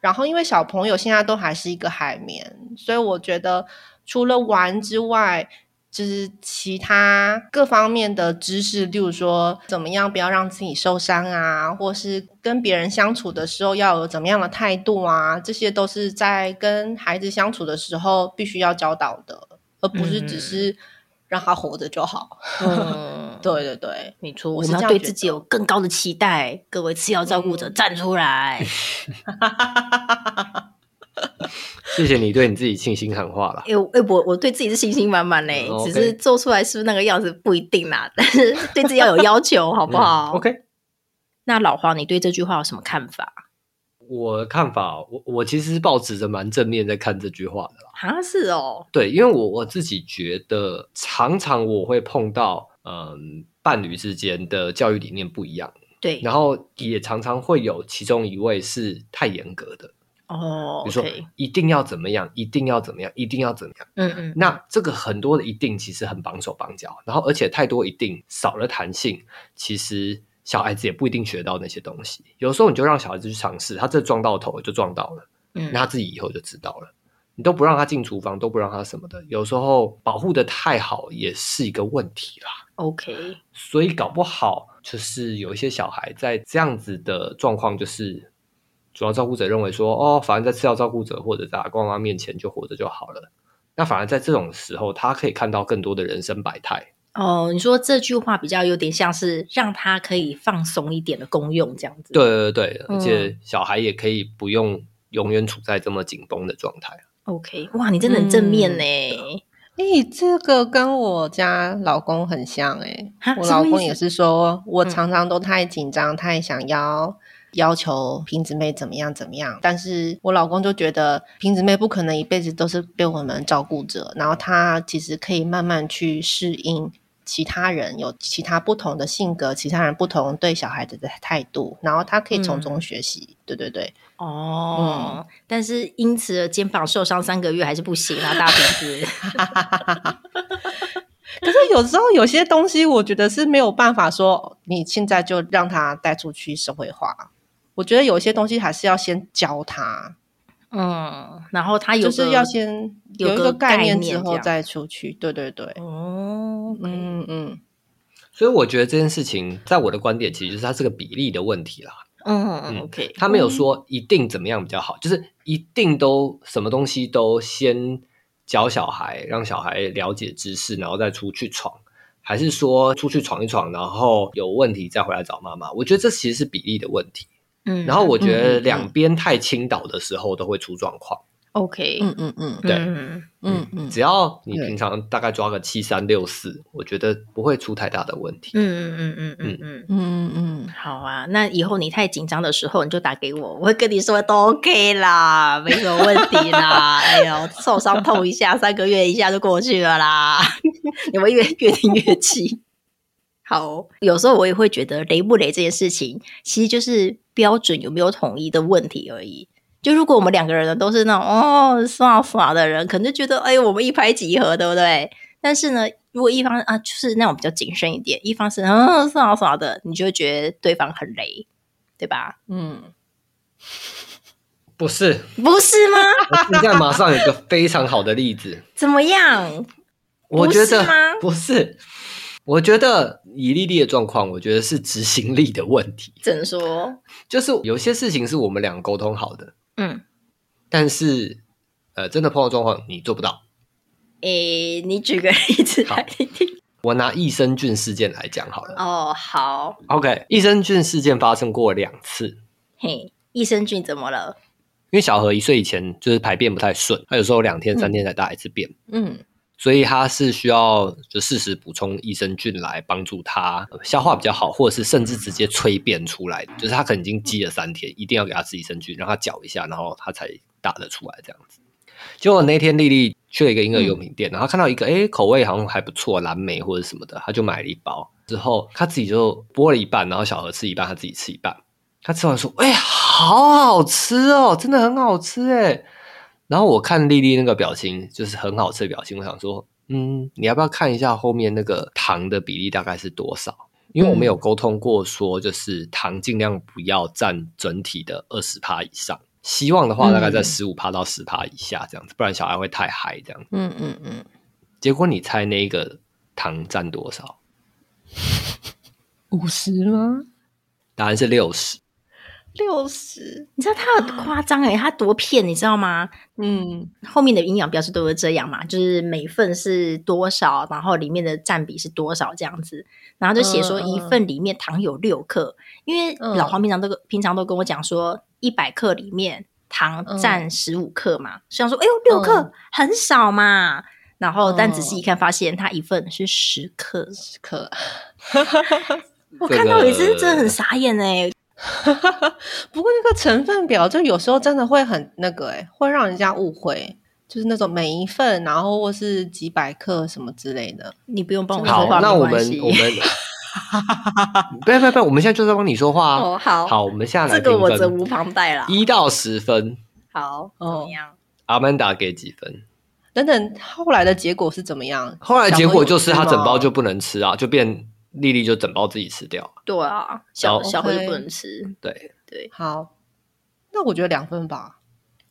A: 然后，因为小朋友现在都还是一个海绵，所以我觉得除了玩之外，就是其他各方面的知识，例如说怎么样不要让自己受伤啊，或是跟别人相处的时候要有怎么样的态度啊，这些都是在跟孩子相处的时候必须要教导的，而不是只是让他活着就好。
B: 嗯，
A: 对对对，
B: 没错，我
A: 我是
B: 们
A: 这
B: 要对
A: 样觉
B: 自
A: 得
B: 己有更高的期待。各位次要照顾者，
A: 嗯
B: 站出 来！
C: 谢谢你对你自己信心喊话啦。
B: 哎、我哎、我我对自己是信心满满嘞，
C: 嗯
B: 只
C: OK
B: 是做出来是不是那个样子不一定啦， 但是对自己要有要求，好不好、
C: 嗯？OK，
B: 那老黄，你对这句话有什么看法？
C: 我的看法，我我其实是抱持着蛮正面在看这句话的啦。
B: 啊，是哦，
C: 对，因为我我自己觉得，常常我会碰到，嗯，伴侣之间的教育理念不一样，
B: 对，
C: 然后也常常会有其中一位是太严格的，
B: 哦
C: 比如说
B: ，OK，
C: 一定要怎么样，一定要怎么样，一定要怎么样。
B: 嗯嗯，
C: 那这个很多的一定其实很绑手绑脚，然后而且太多一定少了弹性，其实小孩子也不一定学到那些东西。有时候你就让小孩子去尝试，他这撞到头就撞到了，
B: 嗯
C: 那他自己以后就知道了。你都不让他进厨房，都不让他什么的，有时候保护的太好也是一个问题啦。
B: ，OK，
C: 所以搞不好就是有一些小孩在这样子的状况，就是主要照顾者认为说，哦，反正在次要照顾者或者在阿公阿妈面前就活着就好了。那反而在这种时候，他可以看到更多的人生百态。
B: 哦，你说这句话比较有点像是让他可以放松一点的功用这样子。
C: 对对对，
B: 嗯
C: 而且小孩也可以不用永远处在这么紧绷的状态。
B: ，OK，哇，你真的很正面
A: 嗯
B: 呢、
A: 诶，这个跟我家老公很像诶，
B: 哈
A: 我
B: 什么
A: 老
B: 意
A: 公
B: 思
A: 也是说，我
B: 嗯
A: 常常都太紧张，太想要要求瓶子妹怎么样怎么样，但是我老公就觉得瓶子妹不可能一辈子都是被我们照顾着，然后她其实可以慢慢去适应。其他人有其他不同的性格，其他人不同对小孩子的态度，然后她可以从中
B: 嗯
A: 学习。对对对，
B: 哦，但是因此而肩膀受伤三个月还是不行啊，大鼻 子。
A: 可是有时候有些东西，我觉得是没有办法说你现在就让他带出去社会化。我觉得有些东西还是要先教他，
B: 嗯，然后他有
A: 就是
B: 个
A: 要先
B: 有
A: 一
B: 个
A: 个概
B: 概
A: 念
B: 念
A: 之
B: 这
A: 后
B: 样
A: 再出去。对对对，
B: 哦，嗯，
A: 嗯嗯，
C: 所以我觉得这件事情，在我的观点，其实就是它是个比例的问题啦。
B: 嗯
C: 嗯
B: ，OK，
C: 他没有说一定怎么样比较好，就是一定都什么东西都先教小孩，让小孩了解知识，然后再出去闯，还是说出去闯一闯，然后有问题再回来找妈妈？我觉得这其实是比例的问题。
B: 嗯，
C: 然后我觉
A: 嗯嗯
C: 得
A: 嗯
C: 两边太倾倒的时候都会出状况。
B: OK，
A: 嗯嗯嗯
C: 对
B: 嗯
A: 嗯嗯，
C: 只要你
A: 对
C: 平常大概抓个七三六四，我觉得不会出太大的问
B: 嗯
C: 题。
B: 嗯嗯嗯嗯
A: 嗯嗯
B: 嗯，好啊，那以后你太紧张的时候，你就打给我，我会跟你说都 OK 啦，没什么问题啦。哎呦，受伤痛一下，三个月一下就过去了啦。 你们越越听越气。好，有时候我也会觉得雷不雷这件事情，其实就是标准有没有统一的问题而已。就如果我们两个人呢都是那种哦耍耍的人，可能就觉得哎，我们一拍即合，对不对？但是呢，如果一方啊就是那种比较谨慎一点，一方是嗯耍耍的，你就会觉得对方很雷，对吧？
A: 嗯
C: 不是，
B: 不是吗？
C: 我现在马上有一个非常好的例子。
B: 怎么样？
C: 我
B: 不
C: 觉
B: 是
C: 得
B: 吗
C: 不是，我觉得以丽丽的状况，我觉得是执行力的问题。
B: 怎么说？
C: 就是有些事情是我们俩沟通好的，
B: 嗯，
C: 但是呃，真的碰到状况你做不到。
B: 诶，你举个例子来听听。
C: 我拿益生菌事件来讲好了。
B: 哦，好，
C: OK，益生菌事件发生过两次，
B: 嘿，益生菌怎么了？
C: 因为小何一岁以前就是排便不太顺，他有时候两天
A: 嗯
C: 三天才大一次便，
A: 嗯
C: 所以他是需要就适时补充益生菌来帮助他呃消化比较好，或者是甚至直接催便出来，就是他可能已经积了三天，一定要给他吃益生菌，让他搅一下，然后他才打得出来这样子。结果那天丽丽去了一个婴儿用品店，然后看到一个诶口味好像还不错，蓝莓或者什么的，她就买了一包。之后她自己就剥了一半，然后小何吃一半，她自己吃一半。她吃完说：“哎、好好吃哦，真的很好吃哎。”然后我看丽丽那个表情，就是很好吃的表情，我想说，嗯，你要不要看一下后面那个糖的比例大概是多少？因为我们有沟通过说，就是糖尽量不要占整体的二十趴以上，希望的话大概在
A: 嗯
C: 十五趴到十趴以下这样子，不然小孩会太嗨这样。
B: 嗯嗯嗯，
C: 结果你猜那个糖占多少？
A: 五十吗？
C: 答案是六十。
A: 六十？
B: 你知道他很夸张欸诶，他多骗你知道吗？
A: 啊嗯，
B: 后面的营养标示都是这样嘛，就是每份是多少，然后里面的占比是多少这样子，然后就写说
A: 嗯嗯
B: 一份里面糖有六克，因为
A: 嗯
B: 老黄平常都跟平常都跟我讲说，一百克里面糖占十五克嘛，想说哎呦六克、
A: 嗯
B: 很少嘛，然后但
A: 嗯
B: 仔细一看发现它一份是十克，
A: 十克。
B: 我
C: 这
B: 看到
C: 个
B: 也是真的很傻眼哎、
A: 不过那个成分表，就有时候真的会很那个、欸，会让人家误会，就是那种每一份，然后或是几百克什么之类的。
B: 你不用帮我说
C: 好
B: 话，，
C: 那
B: 没
C: 我
B: 关
C: 们
B: 系
C: 我们，不要不要不要，我们现在就在帮你说话啊。
B: 哦好
C: 好，我们现在来
B: 这
C: 评
B: 个我责
C: 分，
B: 无旁贷啦。
C: 一到十分，
B: 好，怎么样？
C: 阿曼达给几分？
A: 哦等等，后来的结果是怎么样？
C: 后来结果就是
A: 小
C: 他
A: 朋友吃
C: 整
A: 吗
C: 包就不能吃啊，就变丽丽就整包自己吃掉。
B: 对啊，小
C: 哦
B: 小何就
A: OK
B: 不能吃。
C: 对，
A: 好，那我觉得两分吧。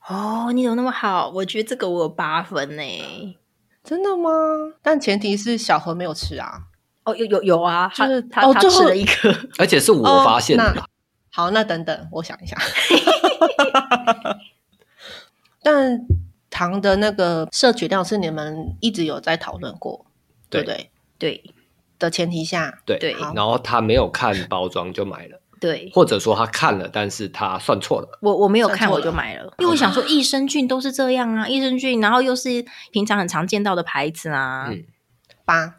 B: 哦，你怎么那么好？我觉得这个我有八分呢、
A: 真的吗？但前提是小何没有吃啊。
B: 哦，有有有啊，他
A: 就是
B: 他、
A: 哦
B: 他
A: 最后
B: 吃了一颗，
C: 而且是
B: 哦
C: 我发现的啦。
A: 好，哦那等等，我想 一下。但糖的那个摄取量是你们一直有在讨论过，
C: 对
A: 对不对？
B: 对
A: 的前提下，
C: 对
B: 对
A: 好
C: 然后他没有看包装就买了，
B: 对，
C: 或者说他看了，但是他算错了。
B: 我我没有
A: 算
B: 看
A: 错
B: 我
A: 了
B: 就买了，因为我想说益生菌都是这样啊，益生菌，然后又是平常很常见到的牌子啊，
C: 嗯
A: 八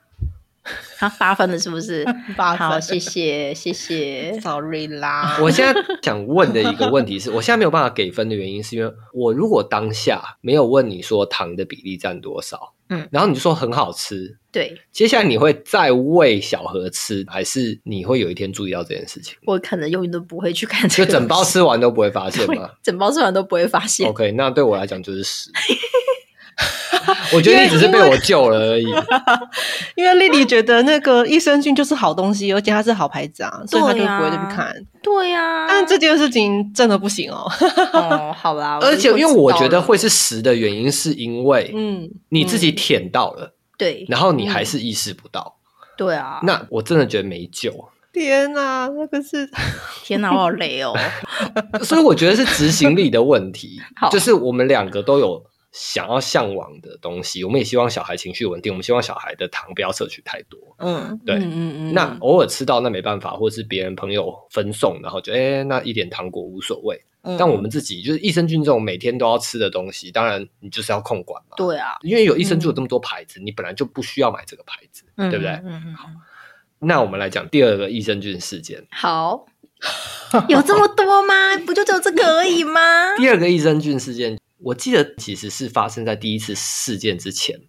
B: 他八分了是不是？
A: 八
B: 好，
A: 分
B: 谢谢谢谢。
A: ，sorry 啦。
C: 我现在想问的一个问题是，我 现在没有办法给分的原因，是因为我如果当下没有问你说糖的比例占多少，
B: 嗯，
C: 然后你就说很好吃，
B: 对
C: 接下来你会再喂小何吃，还是你会有一天注意到这件事情？
B: 我可能永远都不会去看这
C: 就
B: 个
C: 整包
B: 东西
C: 吃完都不会发现吗？
B: 整包吃完都不会发现。
C: OK，那对我来讲就是十。我觉得你只是被我救了而已。
A: 因为丽丽觉得那个益生菌就是好东西，而且它是好牌子啊，所以她就
B: 对啊
A: 不会去看。
B: 对啊呀、
A: 但这件事情真的不行哦。
B: 哦，好啦，
C: 而且，因为我觉得
B: 会
C: 会是十的原因，是因为
A: 嗯，
C: 你自己
A: 嗯
C: 舔到了，
B: 对
C: 然后你还是意识不到。
B: 对啊，
C: 那我真的觉得没救，
A: 天哪，那个是
B: 天哪，我好累哦。
C: 所以我觉得是执行力的问题
B: 好。
C: 就是我们两个都有想要向往的东西，我们也希望小孩情绪稳定，我们希望小孩的糖不要摄取太多。
B: 嗯，
C: 对
A: 嗯嗯嗯，
C: 那偶尔吃到那没办法，或者是别人朋友分送，然后就哎、那一点糖果无所谓。
B: 嗯
C: 但我们自己就是益生菌这种每天都要吃的东西，当然你就是要控管嘛。，
B: 对啊，
C: 因为有益生菌有这么多牌子，你本来就不需要买这个牌子，
B: 嗯
C: 对不对？
B: 嗯嗯嗯，
C: 那我们来讲第二个益生菌事件。
B: 好，有这么多吗？不就只有这个而已吗？
C: 第二个益生菌事件，我记得其实是发生在第一次事件之前。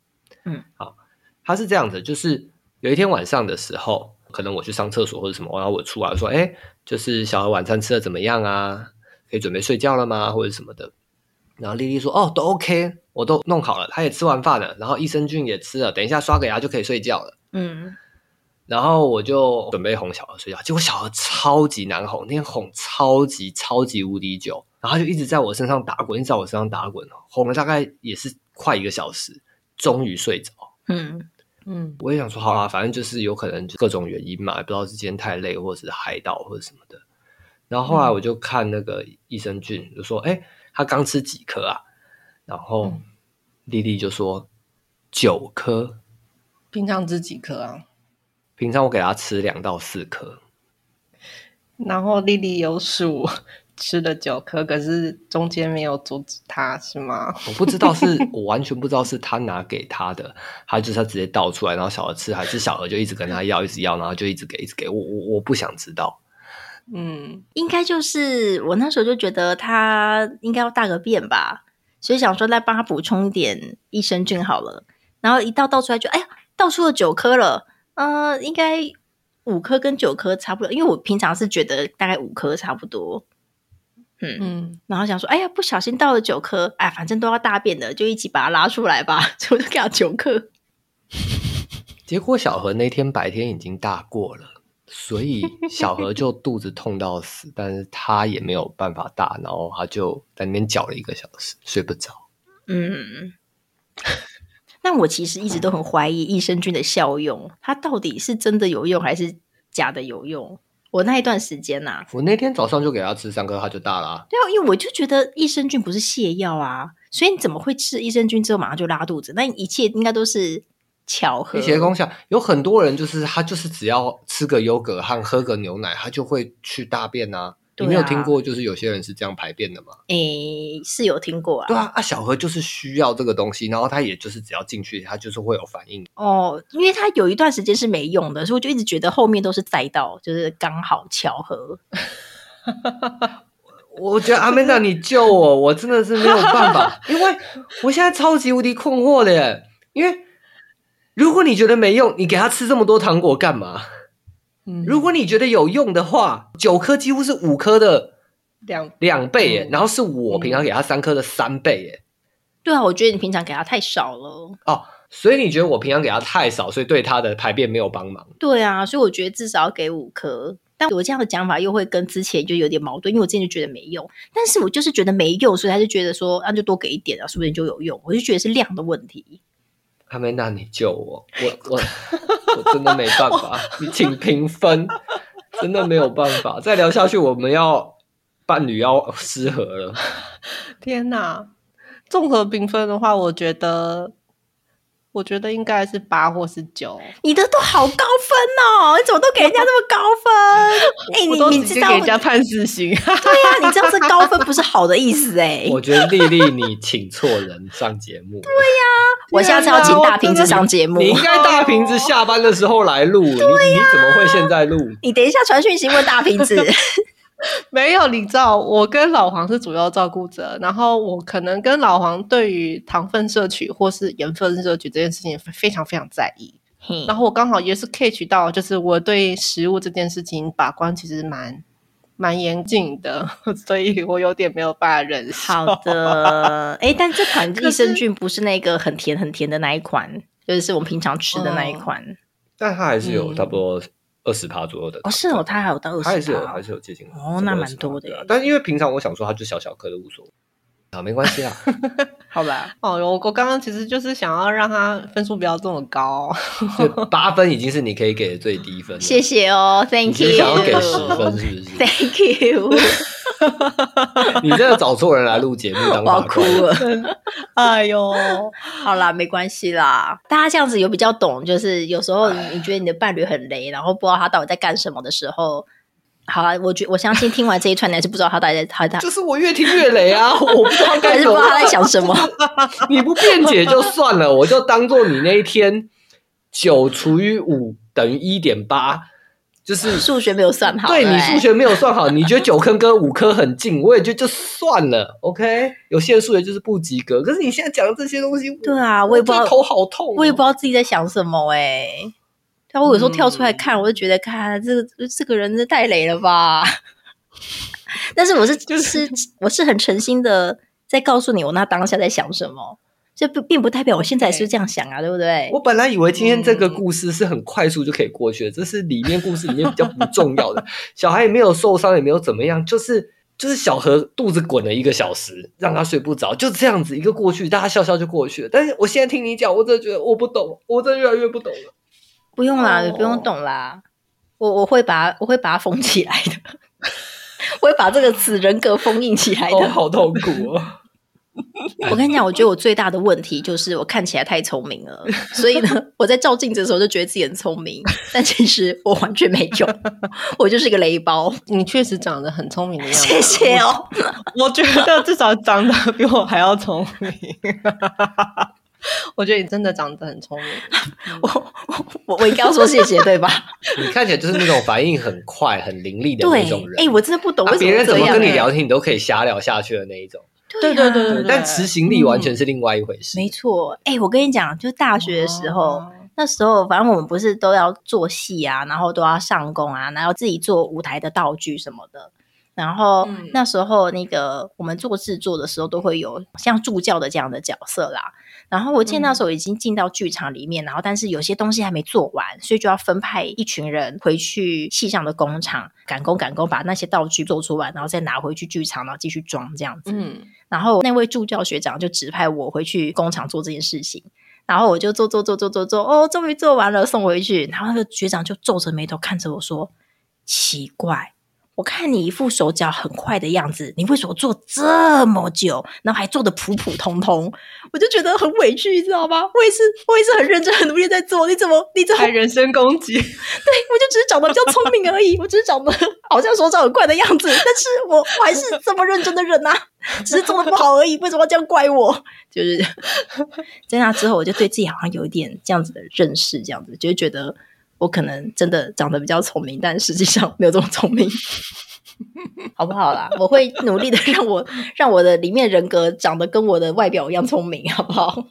B: 嗯，
C: 好，它是这样子，就是有一天晚上的时候，可能我去上厕所或者什么，然后我出来我说，哎，就是小孩晚餐吃的怎么样啊？可以准备睡觉了吗？或者什么的。然后丽丽说，哦，都 OK，我都弄好了，她也吃完饭了，然后益生菌也吃了，等一下刷个牙就可以睡觉了。
B: 嗯，
C: 然后我就准备哄小何睡觉，结果小何超级难哄，那天哄超级超级无敌久，然后他就一直在我身上打滚，一直在我身上打滚，哦哄了大概也是快一个小时，终于睡着。
B: 嗯，
A: 嗯
C: 我也想说，好啦，反正就是有可能就各种原因嘛，也不知道是今天太累，或者是嗨到，或者什么的。然后后来我就看那个益生菌，就说：“哎、他刚吃几颗啊？”然后
A: 嗯
C: 丽丽就说：“九颗，
A: 平常吃几颗啊？
C: 平常我给他吃两到四颗。”
A: 然后丽丽有数 吃了九颗，可是中间没有阻止他，是吗？
C: 我不知道是我完全不知道是他拿给他的，还是他直接倒出来，然后小何吃，还是小何就一直跟他要，一直要，然后就一直给，一直给我，我我不想知道。
A: 嗯，
B: 应该就是我那时候就觉得他应该要大个便吧，所以想说再帮他补充一点益生菌好了。然后一倒倒出来就哎呀，倒出了九颗了，呃，应该五颗跟九颗差不多，因为我平常是觉得大概五颗差不多。嗯，
A: 嗯，
B: 然后想说，哎呀，不小心倒了九颗，哎，反正都要大便的，就一起把它拉出来吧。 所以我就给他九颗。
C: 结果小何那天白天已经大过了，所以小何就肚子痛到死，但是他也没有办法大，然后他就在那边搅了一个小时，睡不着。
B: 嗯，那我其实一直都很怀疑益生菌的效用，它到底是真的有用还是假的有用？我那一段时间呐、
C: 我那天早上就给他吃三颗，他就大了啊、
B: 对啊，因为我就觉得益生菌不是泻药啊，所以你怎么会吃益生菌之后马上就拉肚子？那一切应该都是巧合
C: 一。些功效，有很多人就是他就是只要吃个优格和喝个牛奶，他就会去大便啊。
B: 对啊
C: 你没有听过就是有些人是这样排便的吗？
B: 诶，哎是有听过
C: 对
B: 啊。
C: 啊，啊小何就是需要这个东西，然后他也就是只要进去，他就是会有反应。
B: 哦，因为它有一段时间是没用的，所以我就一直觉得后面都是载到，就是刚好巧合。
C: 我觉得阿曼达，你救我，我真的是没有办 法，因为我现在超级无敌困惑的耶。因为如果你觉得没用，你给他吃这么多糖果干嘛？
A: 嗯
C: 如果你觉得有用的话，九颗几乎是五颗的
A: 两
C: 两倍耶，
A: 嗯
C: 然后是我平常给他三颗的三倍耶。
B: 对啊，我觉得你平常给它太少了。
C: 哦，所以你觉得我平常给他太少，所以对他的排便没有帮忙？
B: 对啊，所以我觉得至少要给五颗。但我这样的讲法又会跟之前就有点矛盾，因为我之前就觉得没用，但是我就是觉得没用，所以他就觉得说那就多给一点啊，说不定就有用。我就觉得是量的问题。
C: 阿梅娜，你救我，我我我真的没办 法，你请评分，真的没有办法，再聊下去我们要伴侣要失和了。
A: 天哪！综合评分的话，我觉得，我觉得应该是八或是九。
B: 你的都好高分哦，你怎么都给人家这么高分？哎、
A: 我都
B: 你你
A: 直
B: 知
A: 接
B: 道
A: 给人家判死刑。
B: 对呀、你知道这高分不是好的意思哎、
C: 我觉得丽丽你请错人上节目，
B: 我下
A: 啊
B: 次要请大瓶子上 节目
C: 你。应该大瓶子下班的时候来录，你你怎么会现在录？
B: 你等一下传讯息问大瓶 子，
A: 没有，你知道，我跟老黄是主要照顾者，然后我可能跟老黄对于糖分摄取或是盐分摄取这件事情非常非常在意。
B: 嘿
A: 然后我刚好也是 catch 到，就是我对食物这件事情把关其实蛮蛮严谨的， 所以我有点没有办法忍受。
B: 好 的，哎、但这款
A: 可
B: 益生
A: 是
B: 菌不是那个很甜很甜的那一款，就是我们平常吃的那一
A: 哦
B: 款。
C: 但他还是有
A: 嗯
C: 差不多二十趴左右的
B: 哦，
C: 糖分，
B: 是哦，它还有到二十，
C: 它还是有还是有接近的
B: 哦
C: 差不多
B: 那蛮
C: 20%
B: 多的
C: 对啊
B: 耶
C: 但因为平常我想说它就小小颗的无所谓啊，没关系啊。
B: 好
C: 嗯
B: 吧？
A: 哦，我我刚刚其实就是想要让他分数不要这么高。
C: 所以八分已经是你可以给的最低分了，
B: 谢谢哦
C: 你
B: ，Thank
C: 其实
B: you。
C: 想要给十分是不是？
B: Thank you，
C: 你真的找错人来录节目当
B: 我要
C: 法
B: 哭
C: 官。
B: 了。
A: 哎呦，
B: 好啦，没关系啦。大家这样子有比较懂，就是有时候
C: 哎
B: 你觉得你的伴侣很雷，然后不知道他到底在干什么的时候，好啊，我觉我相信听完这一串，你还是不知道他到底在他他
C: 就是我越听越雷啊！我不知道
B: 还
C: 该
B: 是
C: 怎
B: 不知
C: 么
B: 道他在想什么。
C: 办。你不辩解就算了，我就当做你那一天九除以五等于一点八，就是
B: 数学没有算好，
C: 对
B: 不
C: 你数学没有算好，你觉得九坑跟五科很近，我也觉得就算了，OK。有些人数学就是不及格，可是你现在讲的这些东西，
B: 对啊，我也不知
C: 觉
B: 道
C: 得头好痛哦、
B: 我也不知道自己在想什么哎、但我有时候跳出来
C: 嗯
B: 看，我就觉得，看这个这个人真的太雷了吧！ 但是我是就是我是很诚心的在告诉你，我那当下在想什么，这不并不代表我现在是这样想啊，对不对
C: 我？本来以为今天这个故事是很快速就可以过去的，这是里面故事里面比较不重要
B: 嗯
C: 的。 小孩也没有受伤，也没有怎么样，就是就是小何肚子滚了一个小时，让他睡不着，就这样子一个过去，大家笑笑就过去了。但是我现在听你讲，我真的觉得我不懂，我真的越来越不懂了。
B: 不用啦，
A: 哦
B: 不用懂啦，我我会把我会把它封起 来的，我会把这个此人格封印起来的。
C: 哦，好痛苦哦！
B: 我跟你讲，我觉得我最大的问题就是我看起来太聪明了，所以呢，我在照镜子的时候就觉得自己很聪明，但其实我完全没有，我就是个雷包。
C: 嗯
A: 你确实长得很聪明的样子，
B: 谢谢 哦。
A: 我觉得至少长得比我还要聪明。 我觉得你真的长得很聪明，
B: 我我我应该要说谢谢对 吧？
C: 你看起来就是那种反应很快、很伶俐的那种人。
B: 哎、我真的不懂
C: 啊
B: 为什
C: 别
B: 么会
C: 人
B: 这
C: 怎么
B: 样、
C: 跟你
B: 哎
C: 聊天，你都可以瞎聊下去的那一种。
A: 对对对
B: 啊
A: 对对，
C: 但执行力完全是另外一回事。
B: 没错，哎、我跟你讲，就大学的时候，
A: 哦
B: 那时候反正我们不是都要做戏啊，然后都要上工啊，然后自己做舞台的道具什么的。然后
A: 嗯
B: 那时候那个我们做制作的时候，都会有像助教的这样的角色啦。然后我记得
A: 嗯
B: 那时候已经进到剧场里面，然后但是有些东西还没做完，所以就要分派一群人回去戏上的工厂赶工赶工，把那些道具做出来，然后再拿回去剧场，然后继续装这样子。
A: 嗯，
B: 然后那位助教学长就指派我回去工厂做这件事情，然后我就做做做做做做，哦，终于做完了，送回去。然后那个学长就皱着眉头看着我说：“奇怪，我看你一副手脚很快的样子，你为什么做这么久，然后还做的普普通通？”我就觉得很委屈，你知道吗？我也是，我也是很认真、很努力地在做，你怎么，你怎么
A: 还人身攻击，
B: 对，我就只是长得比较聪明而已，我只是长得好像手掌很快的样子，但是我我还是这么认真的人呐、只是做的不好而已，为什么要这样怪我？就是 在那之后，我就对自己好像有一点这样子的认识，这样子就会觉得我可能真的长得比较聪明，但实际上没有这么聪明。好不好啦？我会努力的让我让我的里面人格长得跟我的外表一样聪明，好不好？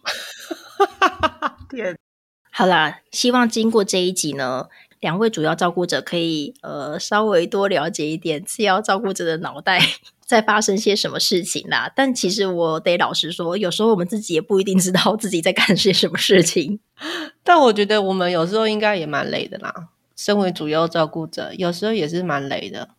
B: 好啦，希望经过这一集呢，两位主要照顾者可以呃稍微多了解一点次要照顾者的脑袋 在发生些什么事情啦。但其实我得老实说，有时候我们自己也不一定知道自己在干些什么事情。
A: 但我觉得我们有时候应该也蛮累的啦。身为主要照顾者，有时候也是蛮累的，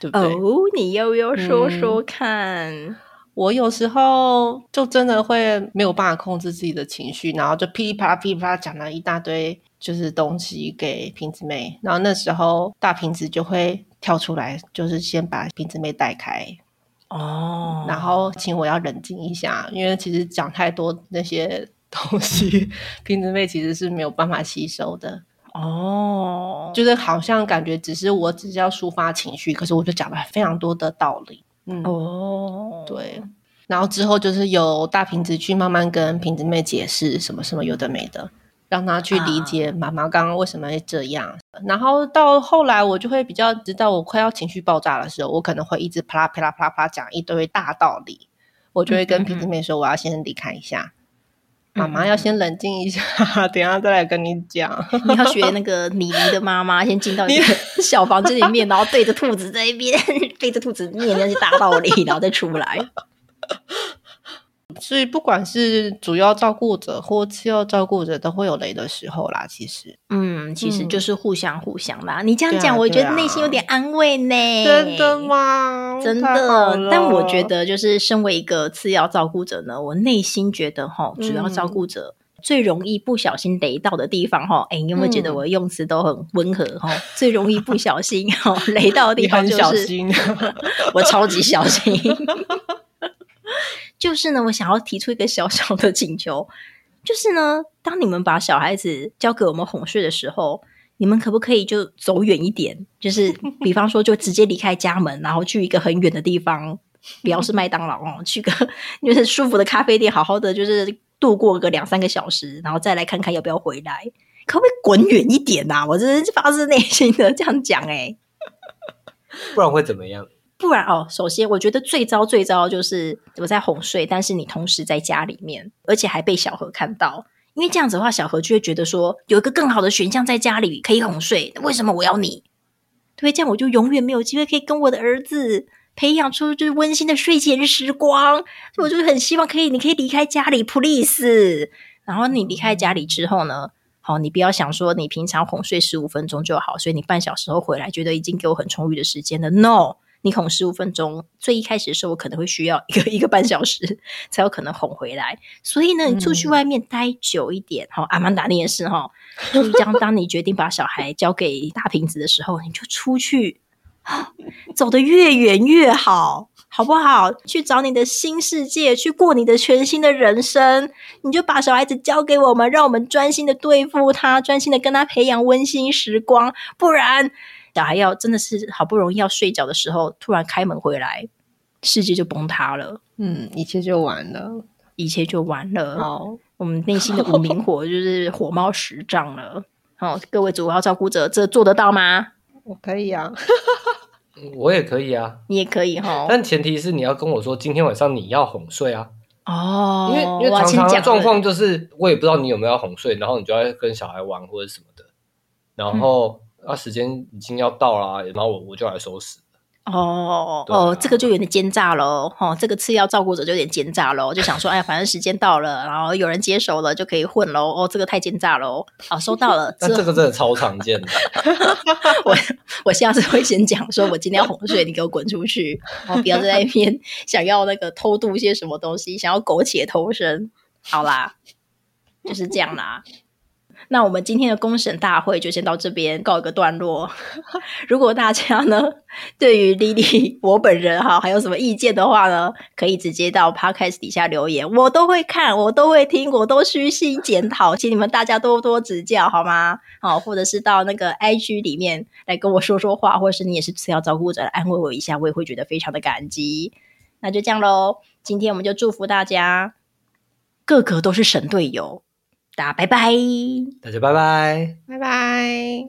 A: 对不
B: 哦
A: 对？，
B: 你又要说说看。
A: 我有时候就真的会没有办法控制自己的情绪，然后就噼里啪啦噼里啪啦讲了一大堆就是东西给瓶子妹，然后那时候大瓶子就会跳出来，就是先把瓶子妹带开，
B: 哦，
A: 然后请我要冷静一下，因为其实讲太多那些东西， 瓶子妹其实是没有办法吸收的。
B: 哦，
A: 就是好像感觉只是我只是要抒发情绪，可是我就讲了非常多的道理。嗯，
B: 哦，
A: 对。然后之后就是由大瓶子去慢慢跟瓶子妹解释什么什么有的没的，让她去
B: 啊
A: 理解妈妈刚刚为什么会这样。然后到后来，我就会比较知道我快要情绪爆炸的时候，我可能会一直啪啦啪啦啪啦啪啦讲一堆大道理，我就会跟瓶子妹说我要先离开一下，
B: 嗯
A: 妈妈要先冷静一下， 等一下再来跟你讲。
B: 你要学那个米妮的妈妈，先进到一个小房间里 面，然后对着兔子在一边 对着兔子念那些大道理，然后再出来。
A: 所以不管是主要照顾者或次要照顾者，都会有雷的时候啦。其实，
B: 嗯，其实就
A: 嗯
B: 是互相互相啦。你这样
A: 对啊
B: 讲，我觉
A: 对
B: 得内心有
A: 啊
B: 点安慰呢。
A: 真的？吗？
B: 真
A: 太好
B: 的
A: 了，
B: 但我觉得就是身为一个次要照顾者呢，我内心觉得哈，主要照
A: 嗯
B: 顾者最容易不小心雷到的地方哈，哎，你有没有觉得
A: 嗯
B: 我的用词都很温和哈？最容易不小心 哈雷到的地
A: 你
B: 方
A: 很
B: 就
A: 小
B: 是
A: 心，
B: 我超级小心。 就是呢，我想要提出一个小小的请求，就是呢，当你们把小孩子交给我们哄睡的时候，你们可不可以就走远一点？就是比方说，就直接离开家门，然后去一个很远的地方，不要是麦当劳哦，去个 就是舒服的咖啡店，好好的就是度过个两三个小时，然后再来看看要不要回来。可不可以滚远一点呐、啊？我真是发自内心的这样讲哎、
C: 不然会怎么样？
B: 不然哦，首先我觉得最糟最糟就是我在哄睡，但是你同时在家里面，而且还被小何看到。因为这样子的话，小何就会觉得说有一个更好的选项在家里可以哄睡，为什么我要你？对，这样我就永远没有机会可以跟我的儿子培养出就是温馨的睡前时光。所以我就很希望可以，你可以离开家里，please。然后你离开家里之后呢，好，你不要想说你平常哄睡十五分钟就好，所以你半小时后回来觉得已经给我很充裕的时间了。No，你哄十五分钟，最一开始的时候我可能会需要一个一个半小时才有可能哄回来。所以呢，你出去
A: 嗯
B: 外面待久一点，好、阿曼达你也是哈、就是这样。当你决定把小孩交给大瓶子的时候，你就出去，啊走得越远越好。好不好？去找你的新世界，去过你的全新的人生。你就把小孩子交给我们，让我们专心的对付他，专心的跟他培养温馨时光。不然，小孩要真的是好不容易要睡着的时候，突然开门回来，世界就崩塌了，
A: 嗯，一切就完了。
B: 一切就完了。
C: 哦
A: 好，
B: 我们内心的无名 火就是火冒十丈了。哦，各位主要照顾者，这做得到吗？
A: 我可以啊。
C: 我也可以啊，
B: 你也可以哈。
C: 但前提是你要跟我说今天晚上你要哄睡啊，
B: 哦，
C: 因为因为
B: 哇
C: 常
B: 先
C: 常的
B: 讲
C: 状
B: 了
C: 况就是我也不知道你有没有要哄睡，然后你就要跟小孩玩或者什么的，然
B: 嗯
C: 后啊时间已经要到啦，然后我我就来收拾。
B: 哦
C: 对
B: 哦
C: 啊，
B: 这个就有点奸诈喽，哦，这个次要照顾者就有点奸诈喽，就想说，哎，反正时间到了，然后有人接手了就可以混喽，哦，这个太奸诈喽，哦，收到 了，
C: 但
B: 之
C: 这
B: 后
C: 个真的超常见的，
B: 我我下次会先讲说，我今天要哄睡，你给我滚出去，哦，不要在那边 想要那个偷渡一些什么东西，想要苟且偷生，好啦，就是这样啦。那我们今天的公审大会就先到这边告一个段落。如果大家呢对于 Lily 我本人哈还有什么意见的话呢，可以直接到 Podcast 底下留言，我都会看，我都会听，我都虚心检讨，请你们大家多多指教好吗？好，或者是到那个 IG 里面来跟我说说话，或者是你也是次要照顾者来安慰我一下，我也会觉得非常的感激。那就这样喽，今天我们就祝福大家个个都是神队友，大家拜拜。
C: 大家拜拜。
A: 拜拜。